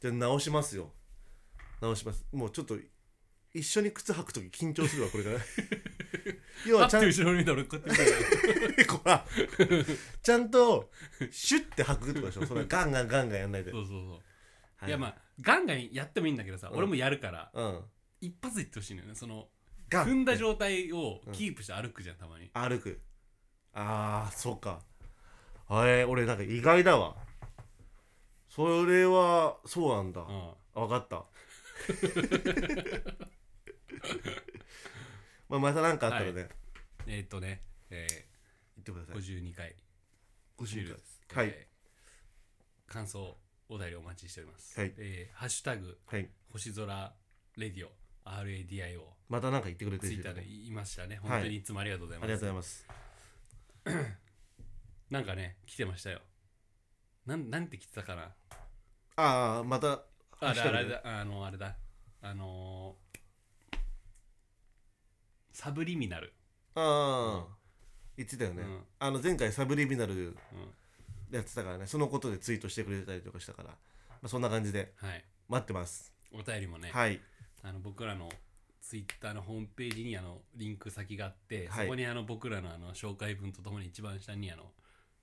Speaker 2: じゃあ直しますよ直しますもうちょっと一緒に靴履く時緊張するわ これから要
Speaker 1: パ
Speaker 2: はち
Speaker 1: ッ
Speaker 2: ゃ
Speaker 1: て
Speaker 2: ん
Speaker 1: 後ろに見たら俺こうや って見てる
Speaker 2: とほらちゃんとシュッて履くってことでしょそんなガンガンガンガンやんないで、
Speaker 1: そうそうそう、、
Speaker 2: はい
Speaker 1: やまあガンガンやってもいいんだけどさ、
Speaker 2: うん
Speaker 1: 俺もやるから
Speaker 2: うん
Speaker 1: 一発でいってほしいのよねその
Speaker 2: ガン
Speaker 1: 踏んだ状態をキープして歩くじゃんたまに、
Speaker 2: 歩くあーそうかえー、俺なんか意外だわそれはそうなんだ、
Speaker 1: うん
Speaker 2: 分かった まあまた何かあったらね、
Speaker 1: は
Speaker 2: 言
Speaker 1: えーっとね、え
Speaker 2: ってくだ
Speaker 1: ー
Speaker 2: さい
Speaker 1: 52回
Speaker 2: ご
Speaker 1: 終了
Speaker 2: ですはい
Speaker 1: えー感想お便りお待ちしております、
Speaker 2: はい
Speaker 1: えーハッシュタグ
Speaker 2: はい
Speaker 1: 星空レディオ RADIO
Speaker 2: また何か言ってくれて
Speaker 1: ツイ
Speaker 2: る
Speaker 1: ッ
Speaker 2: 人
Speaker 1: タ
Speaker 2: い
Speaker 1: ー
Speaker 2: た
Speaker 1: で
Speaker 2: ね
Speaker 1: 言いましたね
Speaker 2: はい
Speaker 1: 本当にいつもありがとうござい
Speaker 2: あ
Speaker 1: ま
Speaker 2: り
Speaker 1: す、
Speaker 2: がとうございます
Speaker 1: なんかね来てましたよなんなんて来てたかな
Speaker 2: ああまた
Speaker 1: あれ
Speaker 2: ハッシュタ
Speaker 1: あ
Speaker 2: グで
Speaker 1: れだあのあれだあのーサブリミナル、
Speaker 2: ああ、言ってたよ
Speaker 1: う
Speaker 2: ね、
Speaker 1: ん
Speaker 2: あの前回サブリミナル
Speaker 1: うん
Speaker 2: やってたからねそのことでツイートしてくれたりとかしたから、まあ、そんな感じで
Speaker 1: はい
Speaker 2: 待ってます、
Speaker 1: お便りもね、
Speaker 2: はい
Speaker 1: あの僕らのツイッターのホームページにあのリンク先があって、
Speaker 2: はい
Speaker 1: そこにあの僕らのあの紹介文とともに一番下にあの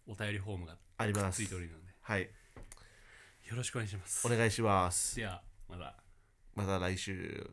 Speaker 1: お便りフォームが
Speaker 2: あります
Speaker 1: ついておりますので
Speaker 2: はい
Speaker 1: よろしくお願いします。
Speaker 2: お願いします
Speaker 1: ではまた
Speaker 2: また来週